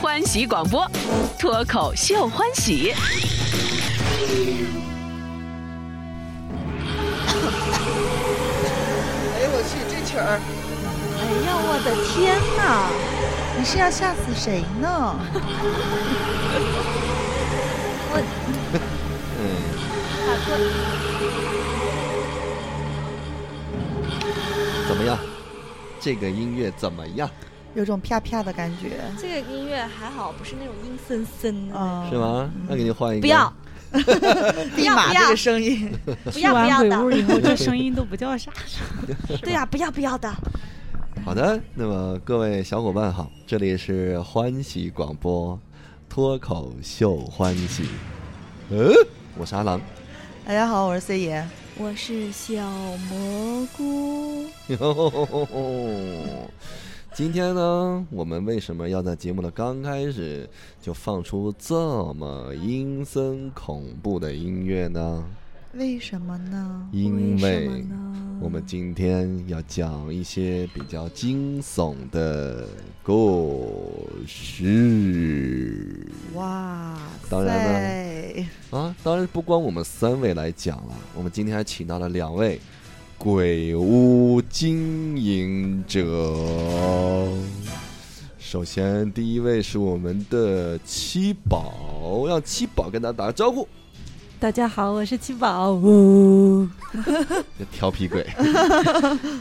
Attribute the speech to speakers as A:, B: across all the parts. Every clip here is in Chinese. A: 欢喜广播，脱口秀欢喜。
B: 哎呦我去，这曲儿！
C: 哎呀，我的天哪！你是要吓死谁呢？我
D: 怎么样？这个音乐怎么样？
C: 有种啪啪的感觉，
E: 这个音乐还好，不是那种阴森森的那
C: 嗯，
E: 种。
D: 是？吗？那给你换一个。
E: 不 要，不
C: 立
E: 要
C: 马
E: 不要
C: 这个声音，
E: 不
F: 去
E: 要不
F: 完
E: 要
F: 鬼屋
E: 的，
F: 以后，这声音都不叫啥。
E: 对呀、不要不要的。
D: 好的，那么各位小伙伴好，这里是欢喜广播，脱口秀欢喜。嗯，我是阿郎。
C: 哎大家好，我是 C 爷，
E: 我是小蘑菇，
D: 今天呢，我们为什么要在节目的刚开始就放出这么阴森恐怖的音乐呢？
C: 为什么呢？
D: 因
E: 为什
D: 为
E: 么呢
D: 我们今天要讲一些比较惊悚的故事
C: 哇塞，
D: 当然啊！当然不光我们三位来讲了，我们今天还请到了两位鬼屋经营者。首先，第一位是我们的七宝，让七宝跟大家打个招呼。
F: 大家好，我是七宝。 哦
D: 这调皮 鬼。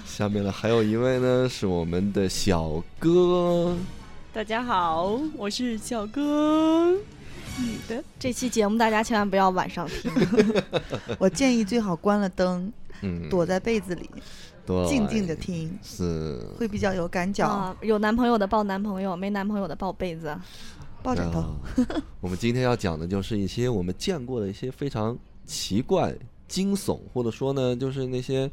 D: 下面呢，还有一位呢，是我们的小哥。
F: 大家好，我是小哥。女的，
E: 这期节目大家千万不要晚上听，
C: 我建议最好关了灯，
D: 嗯，哦哎
C: 躲在被子里，
D: 对
C: 静静的听，
D: 是
C: 会比较有感脚。
E: 啊，有男朋友的抱男朋友，没男朋友的抱被子。
C: 抱枕头，
D: 啊 我们今天要讲的就是一些我们见过的一些非常奇怪、惊悚，或者说呢，就是那些，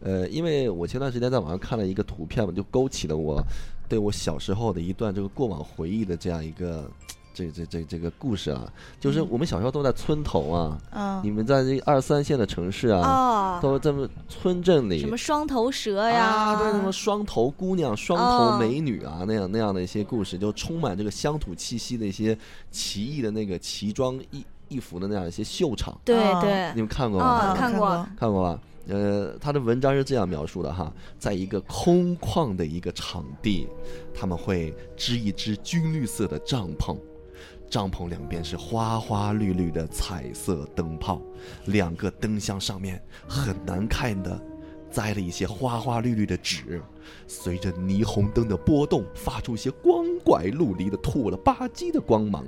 D: 呃，因为我前段时间在网上看了一个图片嘛，就勾起了我对我小时候的一段这个过往回忆的这样一个。这这这这个故事啊，就是我们小时候都在村头啊，你
C: 嗯，
D: 们在这二三线的城市啊，
E: 哦，
D: 都这么村镇里
E: 什么双头蛇呀？
D: 啊，对，什么双头姑娘、双头美女啊，那样那样的一些故事，就充满这个乡土气息的一些奇异的那个奇装异异服的那样一些秀场，
E: 对
C: 啊
E: 对
D: 你们看过
E: 啊
B: 哦
D: 吗？
C: 看
E: 看过
C: 过，
D: 看过吧？呃，他的文章是这样描述的哈，在一个空旷的一个场地，他们会支一支军绿色的帐篷，帐篷两边是花花绿绿的彩色灯泡，两个灯箱上面很难看的栽了一些花花绿绿的纸，随着霓虹灯的波动，发出一些光怪陆离的吐了吧唧的光芒。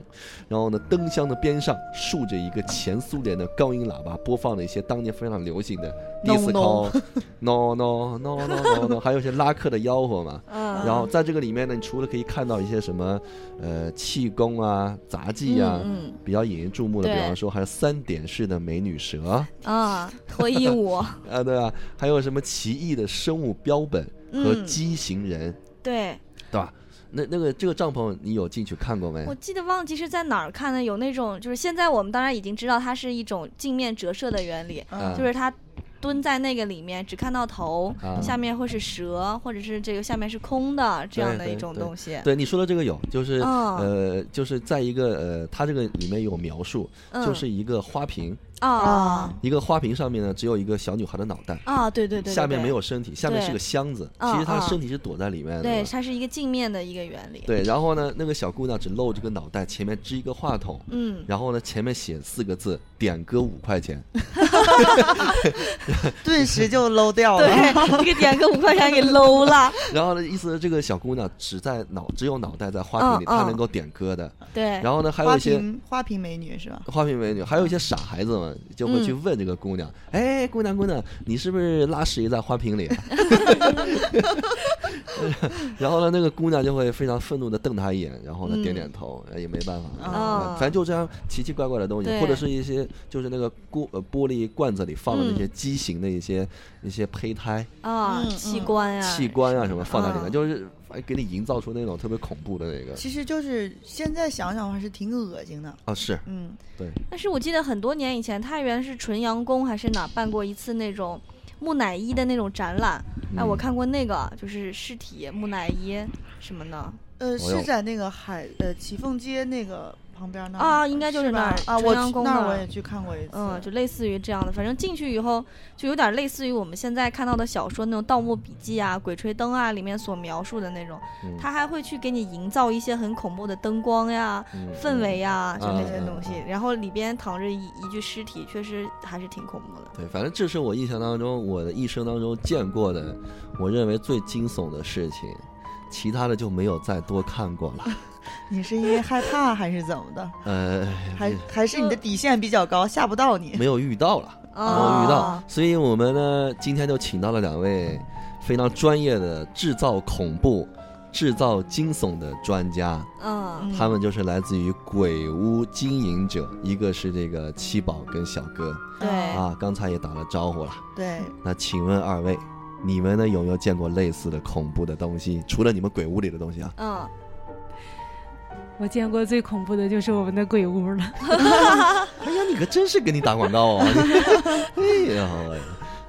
D: 然后呢，灯箱的边上竖着一个前苏联的高音喇叭，播放了一些当年非常流行的
C: No,
D: disco、no no no no no no，还有一些拉客的吆喝嘛。
E: 嗯，
D: 啊然后在这个里面呢，你除了可以看到一些什么，呃，气功啊、杂技啊，
E: 嗯
D: 比较引人注目的，比
E: 对
D: 方说还有三点式的美女蛇
E: 嗯啊，脱衣 舞，
D: 啊，对吧？还有什么奇异的生物标本和
E: 嗯
D: 畸形人，
E: 对
D: 对吧？那那个这个帐篷你有进去看过没
E: 我？记得忘记是在哪儿看的，有那种就是现在我们当然已经知道它是一种镜面折射的原理，
D: 啊
E: 嗯就是它蹲在那个里面只看到头，
D: 啊
E: 下面会是蛇，或者是这个下面是空的这样
D: 对
E: 的
D: 对
E: 一种
D: 对
E: 东西。
D: 对你说的这个有，就是、
E: 嗯
D: 呃，就是在一个呃，它这个里面有描述，
E: 嗯，
D: 就是一个花瓶，
E: 啊
C: 啊
D: 一个花瓶上面呢只有一个小女孩的脑袋，
E: 啊，对对对，对
D: 下面
E: 对
D: 没有身体，下面
E: 对
D: 是个箱子，
E: 嗯
D: 其实她的
E: 嗯
D: 身体是躲在里面的嘛。
E: 对，它是一个镜面的一个原理。
D: 对，然后呢，那个小姑娘只露这个脑袋，前面支一个话筒，
E: 嗯，
D: 然后呢，前面写四个字“点歌五 块钱
C: 顿时就 low
D: 哦
C: 掉了。
E: 对，这个点个五块钱给搂 了。”，
D: 然后呢，意思是这个小姑娘只在脑只有脑袋在花瓶里，
E: 嗯
D: 她
E: 嗯
D: 能够点歌的。
E: 对，
D: 然后呢，还有
C: 花
D: 一些
C: 瓶花瓶美女是吧？
D: 花瓶美女，还有一些傻孩子们就
E: 嗯
D: 会去问这个姑娘：“哎，姑娘，姑娘，你是不是拉屎也在花瓶里、啊？” 然后呢，那个姑娘就会非常愤怒的瞪他一眼，然后呢
E: 嗯
D: 点点头，哎也没办法，
E: 啊
D: 反正就这样奇奇怪怪的东西，
E: 对
D: 或者是一些就是那个锅呃玻璃罐子里放的那些
E: 嗯
D: 畸形的一些、一些胚胎、
E: 啊，
C: 嗯
E: 器
C: 嗯
E: 官呀，
D: 器官啊什么放在里面，
E: 啊
D: 就是哎给你营造出那种特别恐怖的那个
C: 其实就是现在想想还是挺恶心的。
D: 啊是
C: 嗯，
E: 但是我记得很多年以前，太原是纯阳宫还是哪儿办过一次那种木乃伊的那种展览。哎，我
D: 嗯
E: 看过那个，就是尸体、木乃伊什么的。
B: 呃，
D: 朋友
B: 是在那个海呃启凤街那个旁边那儿
E: 啊
B: 吗
E: 应该就是
B: 是吧
E: 那儿
B: 啊，
E: 中
B: 我
E: 央
B: 去
E: 宫
B: 那
E: 那
B: 儿我
E: 儿
B: 也去看过一次，
E: 嗯，就类似于这样的，反正进去以后就有点类似于我们现在看到的小说那种《盗墓笔记》啊、《鬼吹灯》啊里面所描述的那种，
D: 嗯
E: 他还会去给你营造一些很恐怖的灯光呀、
D: 嗯
E: 氛围啊呀，就那些
D: 嗯嗯
E: 东西。然后里边躺着一一具尸体，确实还是挺恐怖的。
D: 对，反正这是我印象当中，我的一生当中见过的，我认为最惊悚的事情，其他的就没有再多看过了。
B: 你是因为害怕还是怎么的？
D: 呃，
B: 还还是你的底线比较高，吓不到你。
D: 没有遇到了，
E: 啊
D: 没有遇到，所以我们呢今天就请到了两位非常专业的制造恐怖、制造惊悚的专家，
E: 嗯，
D: 他们就是来自于鬼屋经营者，一个是这个七宝跟小哥
E: 对
D: 啊，刚才也打了招呼了。
B: 对，
D: 那请问二位，你们呢有没有见过类似的恐怖的东西？除了你们鬼屋里的东西 啊，
E: 嗯，
G: 我见过最恐怖的就是我们的鬼屋了。
D: 哎呀，你可真是给你打广告啊！哎呀，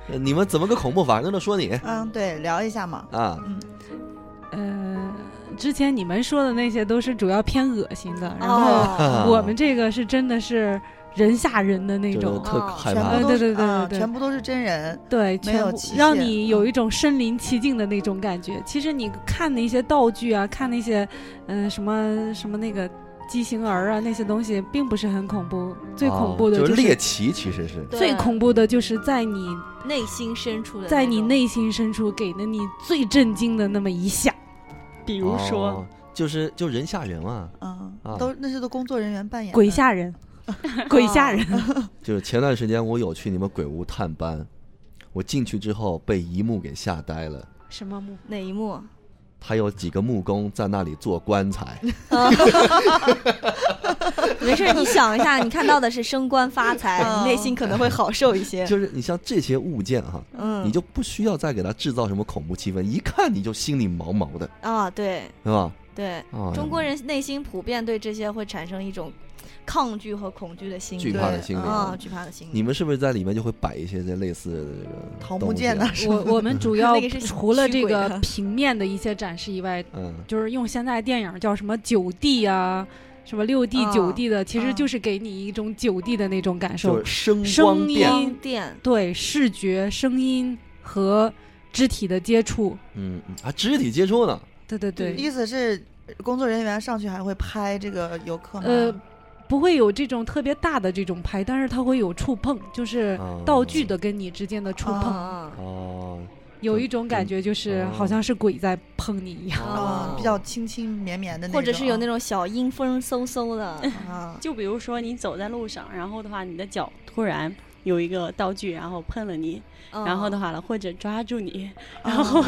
D: 呃你们怎么个恐怖法？那都说你
B: 嗯，对，聊一下嘛。
D: 啊，
G: 呃，之前你们说的那些都是主要偏恶心的，然后
E: 哦，
G: 我们这个是真的是人吓人的那
D: 这都
G: 种，
D: 特
E: 啊
D: 害
B: 全
D: 怕
B: 部。都
G: 对
B: 是
G: 对对
B: 啊
G: 对对
B: 全部都是真人。
G: 对，
B: 没有
G: 全部
B: 期
G: 让
B: 限嗯
G: 你有一种身临其境的那种感觉。其实你看那些道具啊，看那些嗯、呃什么什么那个畸形儿啊那些东西，并不是很恐怖。最恐怖的
D: 哦就是猎奇，其实是
E: 对
G: 最恐怖的就是在你
E: 内心深处的种，
G: 在你内心深处给了你最震惊的那么一下。
F: 比如说，
D: 哦就是就人吓人嘛。
B: 嗯
D: 啊，
B: 都那是都工作人员扮演的
G: 鬼 吓人，鬼吓人。
D: 就是前段时间我有去你们鬼屋探班，我进去之后被一幕给吓呆了。
G: 什么 墓？
E: 哪一幕？
D: 他有几个木工在那里做棺材，
E: 哦没事儿，你想一下，你看到的是升官发财，
B: 嗯
E: 你内心可能会好受一些。
D: 就是你像这些物件哈、
E: 嗯，
D: 你就不需要再给他制造什么恐怖气氛，一看你就心里毛毛的，
E: 啊，对
D: 是吧？
E: 对，
D: 啊，
E: 中国人内心普遍对这些会产生一种抗拒和恐惧的心理，
D: 惧怕的心理。
B: 对
E: 啊、惧怕的心理。
D: 你们是不是在里面就会摆一些这类似的这个
B: 桃
D: 东
B: 木
D: 西
B: 剑
D: 啊
B: 呐什么
G: 我
B: 的。
G: 我们主要
E: 那个是
G: 除了这
E: 驱鬼
G: 个
E: 的
G: 平面的一些展示以外，
D: 嗯，
G: 就是用现在电影叫什么九 D 啊，什么六 D、
E: 啊
G: 九 D 的，其实
E: 啊
G: 就是给你一种九 D 的那种感
D: 就
G: 受
D: 是。声光
G: 声
D: 电，
G: 音
E: 光电，
G: 对，视觉、声音和肢体的接触。
D: 嗯，嗯啊，肢体接触呢，
G: 对对对，
B: 意思是工作人员上去还会拍这个游客吗？
G: 呃，不会有这种特别大的这种拍，但是它会有触碰，就是
D: 哦
G: 道具的跟你之间的触碰，
E: 嗯
D: 哦，
G: 有一种感觉就是
E: 哦
G: 好像是鬼在碰你一样。
B: 啊，比较轻轻绵绵的
E: 嗯，
B: 那
E: 哦
B: 种，
E: 或者是有那种小阴风嗖嗖 的，
B: 啊，
F: 就比如说你走在路上，然后的话，你的脚突然有一个道具，然后碰了你，
E: 嗯
F: 然后的话了，或者抓住你，
B: 啊
F: 然后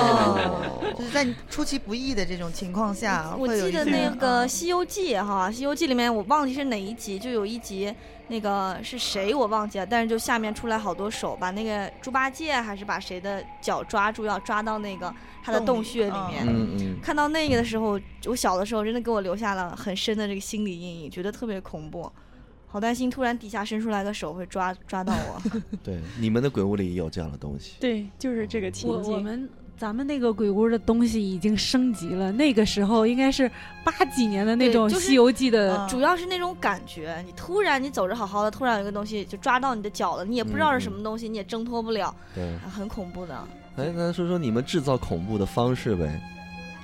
D: 哦
B: 就是在你出其不意的这种情况下，
E: 我
B: 会
E: 记
B: 有一
E: 得
B: 些
E: 那
B: 人
E: 个《
B: 啊
E: 西游记》哈，《西游记》里面我忘记是哪一集，就有一集那个是谁我忘记了，但是就下面出来好多手，把那个猪八戒还是把谁的脚抓住，要抓到那个他的洞
B: 洞里
E: 穴里
B: 嗯
E: 面。
D: 嗯嗯，
E: 看到那个的时候，我小的时候真的给我留下了很深的这个心理阴影，觉得特别恐怖，好担心突然底下伸出来个手会抓抓到 我。
D: 对，你们的鬼屋里也有这样的东西，
F: 对，就是这个
G: 我
F: 情
G: 我
F: 景。
G: 们咱们那个鬼屋的东西已经升级了，那个时候应该是八几年的那
E: 对
G: 种《
E: 就是
G: 西游记》的，
B: 啊
E: 主要是那种感觉，你突然你走着好好的，突然有一个东西就抓到你的脚了，你也
B: 嗯
E: 不知道是什么东西，你也挣脱不了，
D: 对，
E: 啊很恐怖的。
D: 哎，那说说你们制造恐怖的方式呗，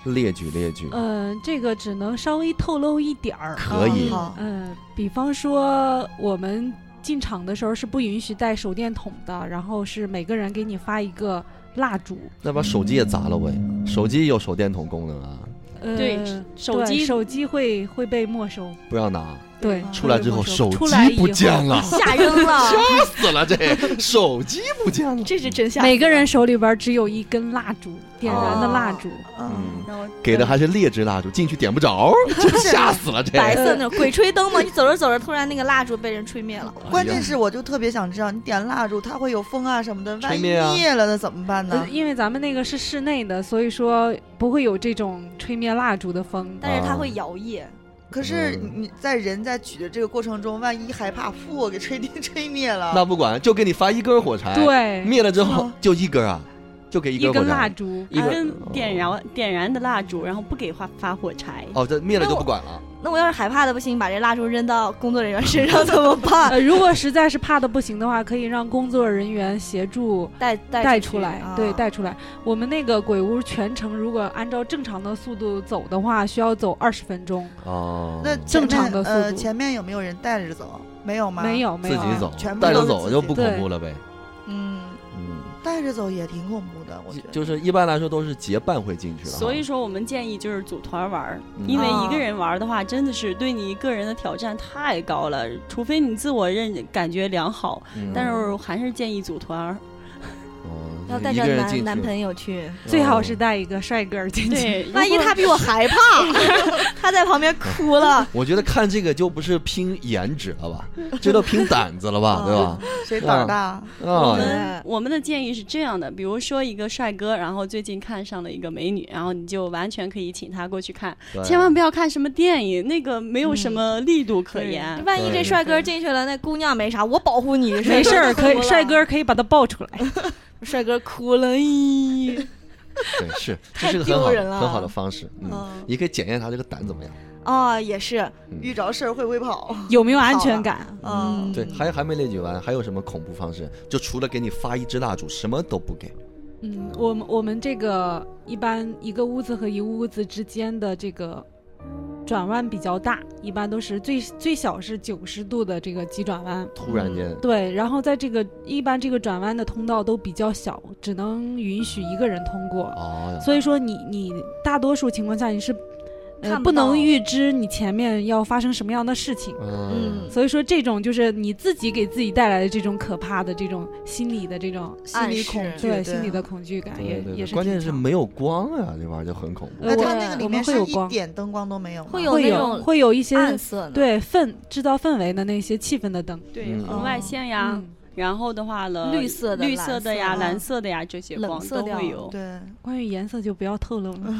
D: 列举列举，
G: 嗯、这个只能稍微透露一点儿。
D: 可
B: 啊
D: 以
B: 好
G: 嗯、比方说我们进场的时候是不允许带手电筒的，然后是每个人给你发一个蜡烛。
D: 那把手机也砸了喂，手机有手电筒功能啊，
G: 呃、
F: 对手
G: 对
F: 机
G: 手机会会被没收。
D: 不让拿，
G: 对，嗯
D: 出来之后
G: 会被没收
D: 手
G: 出来以
D: 机不
G: 后
D: 见了，
E: 吓扔了，
D: 吓死了这手机不见了，
E: 这是真吓死
G: 每个人手里边只有一根蜡烛，点燃的蜡
E: 哦
G: 烛。
D: 嗯
B: 嗯，
F: 然后
D: 给的还是劣质蜡烛，进去点不着，真吓死了这。
E: 白色那种鬼吹灯嘛，你走着走着，突然那个蜡烛被人吹灭了，
B: 关键是我就特别想知道，你点蜡烛它会有风啊什么的，万
D: 吹
B: 一
D: 灭啊
B: 灭了那怎么办呢
G: 呃？因为咱们那个是室内的，所以说不会有这种吹灭蜡烛的风。
E: 但是它会摇曳，
B: 可是
D: 嗯
B: 你在人在举的这个过程中，万一害怕，噗，我给吹吹灭了，
D: 那不管，就给你发一根火柴，，
G: 对，
D: 哎灭了之后
B: 啊
D: 就一根啊，就给一
G: 一
D: 根火
G: 根蜡
D: 柴。
G: 烛，
D: 一
F: 一
D: 个
F: 根点燃点燃的蜡烛，然后不给发发火柴。
D: 哦，这灭了就
E: 那我
D: 不管了。
E: 那我要是害怕的不行，把这蜡烛扔到工作人员身上怎么办？
G: 呃，如果实在是怕的不行的话，可以让工作人员协助
E: 带带
G: 带
E: 出
G: 出
E: 去
G: 来，
E: 啊
G: 对，带出来。我们那个鬼屋全程如果按照正常的速度走的话，需要走二十分钟，
D: 哦，
B: 那前
G: 正
B: 面
G: 常的速
B: 呃，
G: 度
B: 前面有没有人带着走？没有吗？
G: 没，有没
D: 自
G: 有啊
D: 己走
B: 全，部
D: 带
B: 都
D: 着
B: 是
D: 走
B: 自
D: 就
B: 己
D: 不
G: 对
D: 恐怖了呗。
E: 嗯，
D: 嗯，
B: 带着走也挺恐怖的，我觉得。
D: 就是一般来说都是结伴会进去了哈。
F: 所以说，我们建议就是组团玩儿，
D: 嗯
F: 因为
G: 啊
F: 一个人玩儿的话，真的是对你个人的挑战太高了，除非你自我认感觉良好，
D: 嗯，
F: 但是我还是建议组团儿。
D: 哦
E: 嗯要
D: 就是
E: 带
D: 一
E: 着
D: 个人进
E: 男
D: 去哦
E: 男朋友去，
G: 最好是带一个帅哥儿进去。
F: 对，
E: 万一他比我还怕，他在旁边哭了，
D: 我觉得看这个就不是拼颜值了吧，这都拼胆子了吧，对啊吧？
B: 谁胆儿大？
D: 啊
F: 我，们我们的建议是这样的，比如说一个帅哥，然后最近看上了一个美女，然后你就完全可以请他过去看，
D: 对
F: 千万不要看什么电影，那个没有什么
G: 嗯
F: 力度可言。
E: 万一这帅哥进去了，那姑娘没啥，我保护你，
G: 没事
E: 帅
G: 儿，
E: 哥哭
G: 可以
E: 了
G: 帅哥，儿可以把他抱出来。
E: 帅哥哭了，咦
D: 对是，这
E: 太
D: 是个很好
E: 丢人了
D: 很好的方式，嗯，
E: 嗯，
D: 你可以检验他这个胆怎么样。
E: 哦，也是，
B: 遇着事儿会不会跑？
G: 有没有安全感？
E: 嗯，
D: 对，还还没列举完，还有什么恐怖方式？就除了给你发一支蜡烛，什么都不给。
G: 嗯，我们我们这个一般一个屋子和一屋子之间的这个转弯比较大，一般都是最最小是九十度的这个急转弯。嗯
D: 突然间，
G: 对，然后在这个一般这个转弯的通道都比较小，只能允许一个人通过。
D: 哦，
G: 嗯所以说你你大多数情况下你是，呃，
E: 看
G: 不
E: 不到
G: 能预知你前面要发生什么样的事情。
D: 嗯，
G: 所以说这种就是你自己给自己带来的这种可怕的这种心理的这种
B: 心理恐
D: 嗯
E: 暗
B: 惧，
G: 对心理的恐惧感也
D: 对对
G: 也
D: 对，
G: 是
D: 关键
G: 挺
D: 是
G: 强
D: 没有光啊，这玩意儿就很恐怖。
G: 呃
B: 那
G: 我
B: 它那个里
G: 我
B: 面
G: 们会
B: 是
G: 有
B: 一
G: 光
B: 点灯光都没有吗？
E: 会有
G: 会
E: 那
G: 有
E: 种
G: 会有一些
E: 暗色呢，
G: 对氛制造氛围的那些气氛的灯
F: 对，
D: 嗯
F: 红外线呀，
G: 啊，嗯
F: 然后的话了，
E: 绿色的
F: 绿色的呀，
E: 蓝色的
F: 蓝色的呀，这些
E: 冷
F: 光
E: 色
F: 都
E: 调
F: 会 有。
B: 对，
G: 关于颜色就不要透露了。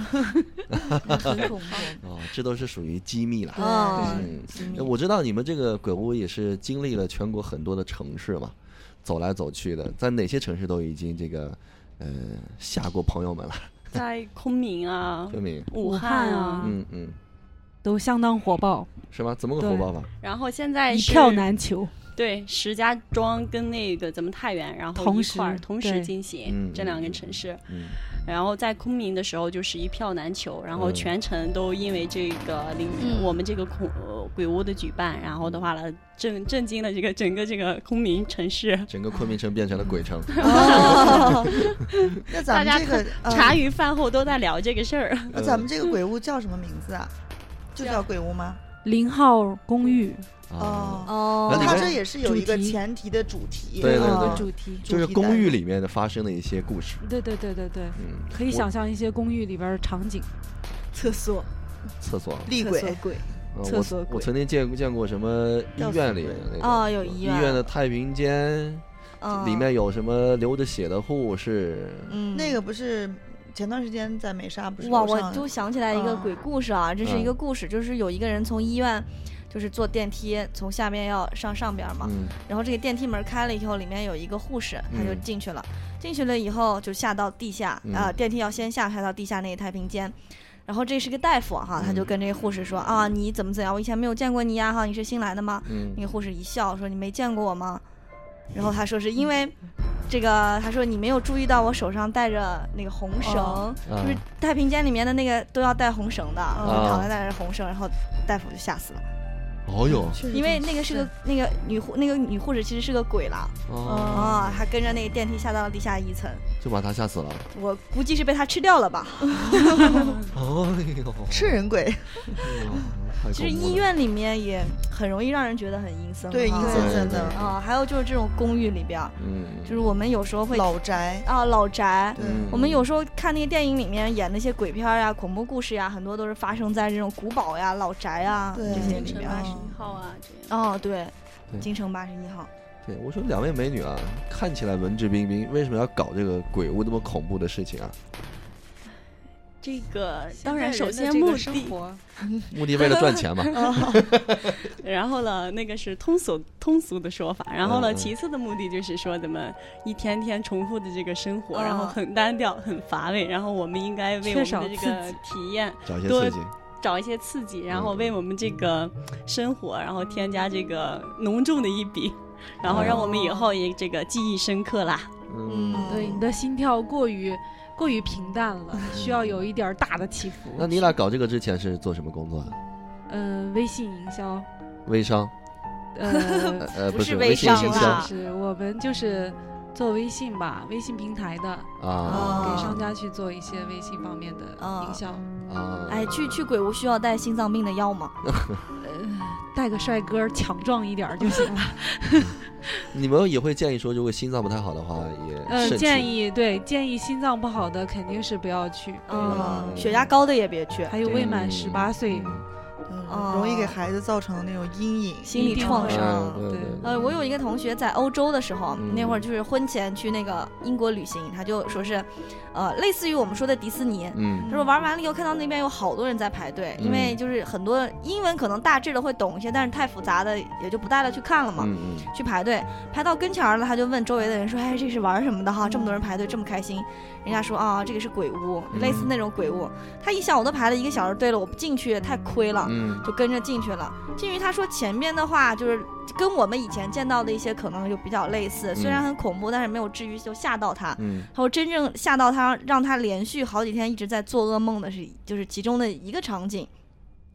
E: 很恐怖。
D: 哦，这都是属于机密了。
E: 哦，
D: 嗯，
E: 机密
D: 那我知道你们这个鬼屋也是经历了全国很多的城市嘛，走来走去的，在哪些城市都已经这个呃吓过朋友们了，
F: 在昆明啊，
D: 昆明，
F: 武
G: 武
F: 汉
G: 汉
F: 啊
G: 啊，
D: 嗯嗯，
G: 都相当火爆，
D: 是吗？怎么个
G: 对
D: 火爆法？
F: 然后现在
G: 一
F: 是
G: 票难求。
F: 对石家庄跟那个咱们太原，然后
G: 同
F: 一块儿
G: 时
F: 同时
G: 对
F: 进行
D: 嗯
F: 这两个城市。
D: 嗯，
F: 然后在昆明的时候就是一票难求，然后
D: 嗯
F: 全程都因为这个灵、
E: 嗯
F: 我们这个恐、呃鬼屋的举办，然后的话呢，震震惊了这个整个这个昆明城市。
D: 整个昆明城变成了鬼城。
B: 哦
D: 哦
B: 那咱
F: 大
B: 们
F: 家
B: 这个
G: 嗯
B: 呃
F: 茶余饭后都在聊这个事儿，
B: 那咱
D: 嗯
B: 们这个鬼屋叫什么名字啊？就叫鬼屋吗？
G: 零号公寓
D: 啊，
E: 哦
D: 那里面
B: 它这也是有一个
G: 主题
B: 前提的主题，
D: 对对
B: 嗯
D: 对
G: 主题，
D: 就是
B: 主题
D: 公
B: 单
D: 寓
B: 元
D: 里面的发生的一些故事。
G: 对对对对对，
D: 嗯，
G: 可以
D: 我
G: 想象一些公寓里边儿场景。
E: 厕所
D: 厕所。
B: 厉鬼，
E: 鬼
D: 呃
E: 厕
D: 我
E: 所
D: 我
E: 鬼
D: 曾经见过见过什么医院里面的那种
E: 哦有医
D: 医
E: 院
D: 院的太平间，哦里面有什么流着血的护士，
E: 嗯
B: 那个不是前段时间在美沙不是
E: 哇，
B: 楼
E: 我
B: 上
E: 就想起来一个
B: 啊
E: 鬼故事啊，这是一
D: 嗯
E: 个故事，就是有一个人从医院，就是坐电梯从下面要上上边嘛，
D: 嗯，
E: 然后这个电梯门开了以后，里面有一个护士，他就
D: 嗯
E: 进去了，进去了以后就下到地下，
D: 嗯
E: 啊，电梯要先下下到地下那个太平间。然后这是个大夫哈，他就
D: 嗯
E: 跟这个护士说、啊，你怎么怎样？我以前没有见过你呀，哈，你是新来的吗？
D: 嗯
E: 那个护士一笑说：“你没见过我吗？”然后他说是因为这个，他说你没有注意到我手上戴着那个红绳，
G: 哦
D: 啊
E: 就是太平间里面的那个都要带红绳的，我
D: 哦
E: 躺在那儿是红绳，然后大夫就吓死了，
D: 哦哟，
E: 因为那个是个那个女护那个女护士其实是个鬼了
D: 哦，
E: 啊，她跟着那个电梯下到了地下一层，
D: 就把他吓死了。
E: 我估计是被她吃掉了吧。
D: 哦 呦，
B: 吃 人鬼，
D: 太
E: 其实
D: 恐怖
E: 医
D: 了
E: 院里面也很容易让人觉得很阴森哈，
B: 对，阴森森
D: 对
B: 的
E: 啊，还有就是这种公寓里边儿，
D: 嗯，
E: 就是我们有时候会
B: 老宅，
E: 啊老宅。
B: 对，
D: 嗯
E: 我们有时候看那个电影里面演那些鬼片儿呀、恐怖故事呀，很多都是发生在这种古堡呀、老宅呀
B: 对
E: 这
G: 嗯
E: 些
F: 京
E: 里
F: 城
E: 面。
F: 八十一号啊，这样。
E: 哦，对
D: 对，
E: 京城八十一号。
D: 对我说，两位美女啊，看起来文质彬彬，为什么要搞这个鬼屋那么恐怖的事情啊？
F: 这个当然，首
G: 现
F: 先
G: 在人的这
F: 目
G: 个生
F: 的，
G: 活
D: 目的为了赚钱嘛。
F: 然后呢，那个是通俗通俗的说法，然后
D: 嗯
F: 呢，
D: 嗯
F: 其次的目的就是说咱们一天天重复的这个生活，
E: 啊
F: 然后很单调、很乏味，然后我们应该
G: 嗯缺
F: 为我们
G: 少
F: 的这
G: 刺
F: 个
G: 激
F: 体验
D: 找一些
F: 多
D: 刺激，
F: 找一些刺激，然后
D: 嗯
F: 为我们这个生活，然后添加这个浓重的一笔，然后让我们以后也这个记忆深刻啦。
D: 嗯，
E: 哦
G: 对你的心跳过于过于平淡了，需要有一点儿大的起伏。
D: 那你俩搞这个之前是做什么工作啊？
G: 嗯、微信营销，
D: 微商？
G: 呃，
D: 呃，
E: 不
D: 不
E: 是
D: 是
E: 微
D: 微信
E: 商
D: 营
E: 啊
D: 销
G: 是我们就是做微信吧，微信平台的，
D: 啊
G: 给
E: 哦
G: 商家去做一些微信方面的营销。
D: 啊！
E: 哎，去去鬼屋需要带心脏病的药吗？
G: 带个帅哥，强壮一点儿就行了。
D: 你们也会建议说，如果心脏不太好的话，也
G: 呃，
D: 慎
G: 建
D: 去
G: 议对建议心脏不好的肯定是不要去，
E: 嗯，
D: 嗯
E: 血压高的也别去，
G: 还有未满
D: 嗯
G: 十八岁，
D: 嗯
E: 哦
B: 嗯容易给孩子造成那种阴影。
E: 心理
G: 一定
E: 创
G: 会
E: 伤。
D: 对
G: 对
D: 对
E: 呃，我有一个同学在欧洲的时候，
D: 嗯
E: 那会儿就是婚前去那个英国旅行，他就说是，呃，类似于我们说的迪士尼。
D: 嗯
E: 他说玩完了以后，看到那边有好多人在排队，因为
D: 嗯
E: 就是很多英文可能大致的会懂一些，但是太复杂的也就不带了去看了嘛。
D: 嗯嗯
E: 去排队，排到跟前儿了，他就问周围的人说：“哎，这是玩什么的哈？这么多人排队，这么开心。”人家说：“啊，这个是鬼屋，类
D: 嗯
E: 似那种鬼屋。”他一想，我都排了一个小时队了，我不进去太亏了，
D: 嗯
E: 就跟着进去了。进去他说前边的话就是跟我们以前见到的一些可能就比较类似，虽然很恐怖，但是没有至于就吓到他。
D: 嗯
E: 还有真正吓到他，让他连续好几天一直在做噩梦的是，就是其中的一个场景。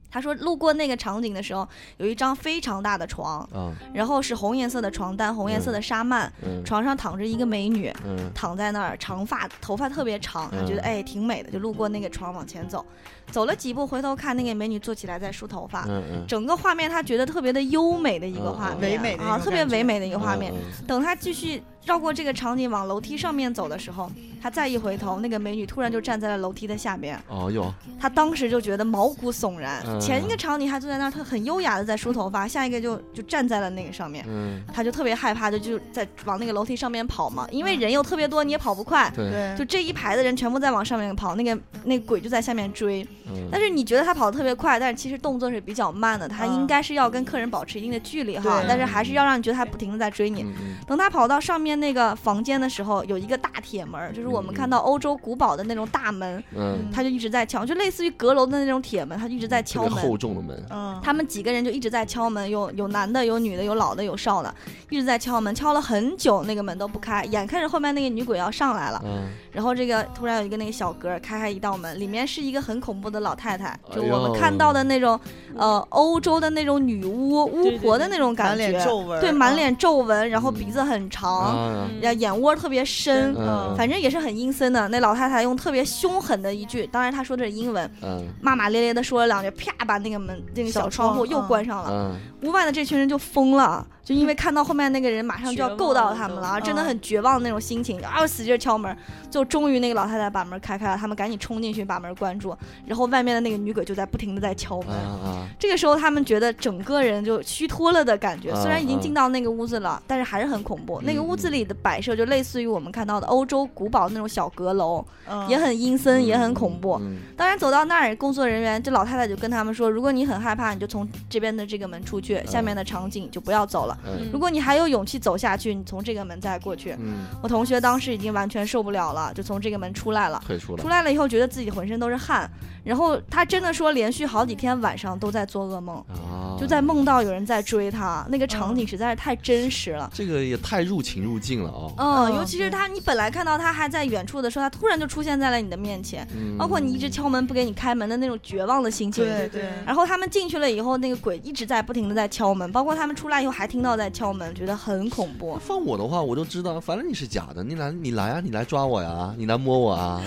E: 他说路过那个场景的时候，有一张非常大的床，
D: 啊
E: 然后是红颜色的床单，红颜色的纱幔，
D: 嗯
E: 床上躺着一个美女，
D: 嗯
E: 躺在那儿，长发，头发特别长，他觉得
D: 嗯
E: 哎挺美的，就路过那个床往前走，走了几步，回头看那个美女坐起来在梳头发。
D: 嗯
E: 整个画面，他觉得特别的优美的一个画面，
D: 嗯嗯
B: 唯美的那
E: 啊，
B: 种
E: 特别
B: 感觉
E: 唯美的一个
D: 嗯
E: 画面。等他继续绕过这个场景往楼梯上面走的时候，他再一回头，那个美女突然就站在了楼梯的下边，
D: 哦哟
E: 他当时就觉得毛骨悚然。
D: 嗯
E: 前一个场景还坐在那儿，他很优雅的在梳头发，下一个就就站在了那个上面。
D: 嗯
E: 他就特别害怕，就就在往那个楼梯上面跑嘛，因为人又特别多，你也跑不快。
D: 对
B: 对，
E: 就这一排的人全部在往上面跑，那个那个鬼就在下面追。
D: 嗯
E: 但是你觉得他跑得特别快，但是其实动作是比较慢的，他
B: 嗯
E: 应该是要跟客人保持一定的距离哈
B: 对，
E: 但是还是要让你觉得他不停的在追你。
D: 嗯嗯
E: 等他跑到上面那个房间的时候，有一个大铁门儿，就是我们
D: 嗯
E: 看到欧洲古堡的那种大门，
D: 嗯
E: 他就一直在敲，就类似于阁楼的那种铁门，他就一直在
D: 特
E: 敲
D: 别
E: 门。
D: 厚重的门
B: 嗯，
E: 他们几个人就一直在敲门，有有男的，有女的，有老的，有少的，一直在敲门，敲了很久，那个门都不开。眼看着后面那个女鬼要上来了，
D: 嗯
E: 然后这个突然有一个那个小哥开开一道门，里面是一个很恐怖的老太太，
D: 哎
E: 就
D: 呦
E: 我们看到的那种，呃，欧洲的那种女巫巫婆的那种感
B: 满
E: 觉，
B: 脸皱纹，
E: 对，满脸皱纹，然后
D: 嗯
E: 鼻子很长，
D: 啊
E: 然后眼窝特别深。
D: 嗯
E: 哦反正也是很阴森的，那老太太用特别凶狠的一句，当然她说的是英文，
D: 嗯
E: 骂骂咧咧的说了两句，啪把那个门那个
B: 小
E: 小窗户
B: 窗
E: 又
B: 嗯
E: 关上了。
D: 嗯
E: 屋外的这群人就疯了，就因为看到后面那个人马上就要够到他们了，啊，
B: 绝望了都嗯
E: 真的很绝望的那种心情，啊，使劲敲门，就终于那个老太太把门开开了，他们赶紧冲进去把门关住，然后外面的那个女鬼就在不停的在敲门。
D: 啊啊
E: 这个时候，他们觉得整个人就虚脱了的感觉，
D: 啊
E: 虽然已经进到那个屋子了，但是还是很恐怖。
D: 嗯
E: 那个屋子里的摆设就类似于我们看到的欧洲古堡那种小阁楼，
B: 嗯
E: 也很阴森，也很恐怖。
D: 啊嗯
E: 当然，走到那儿，工作人员这老太太就跟他们说，如果你很害怕，你就从这边的这个门出去，下面的场景就不要走了。
D: 嗯
E: 如果你还有勇气走下去，你从这个门再过去。
D: 嗯
E: 我同学当时已经完全受不了了，就从这个门出来了。
D: 退出了
E: 出来了以后，觉得自己浑身都是汗，然后他真的说，连续好几天晚上都在做噩梦，
D: 啊
B: 哦
E: 就在梦到有人在追他，那个场景实在是太真实了。
D: 这个也太入情入境了啊
E: 嗯，
B: 嗯
E: 尤其是他，你本来看到他还在远处的时候，他突然就出现在了你的面前，
D: 嗯
E: 包括你一直敲门不给你开门的那种绝望的心情。
B: 对对，
E: 然后他们进去了以后，那个鬼一直在不停的在敲门，包括他们出来以后还听到在敲门，觉得很恐 怖。
D: 放我的话，我就知道，反正你是假的，你来你来啊，你来抓我呀，你来摸我啊，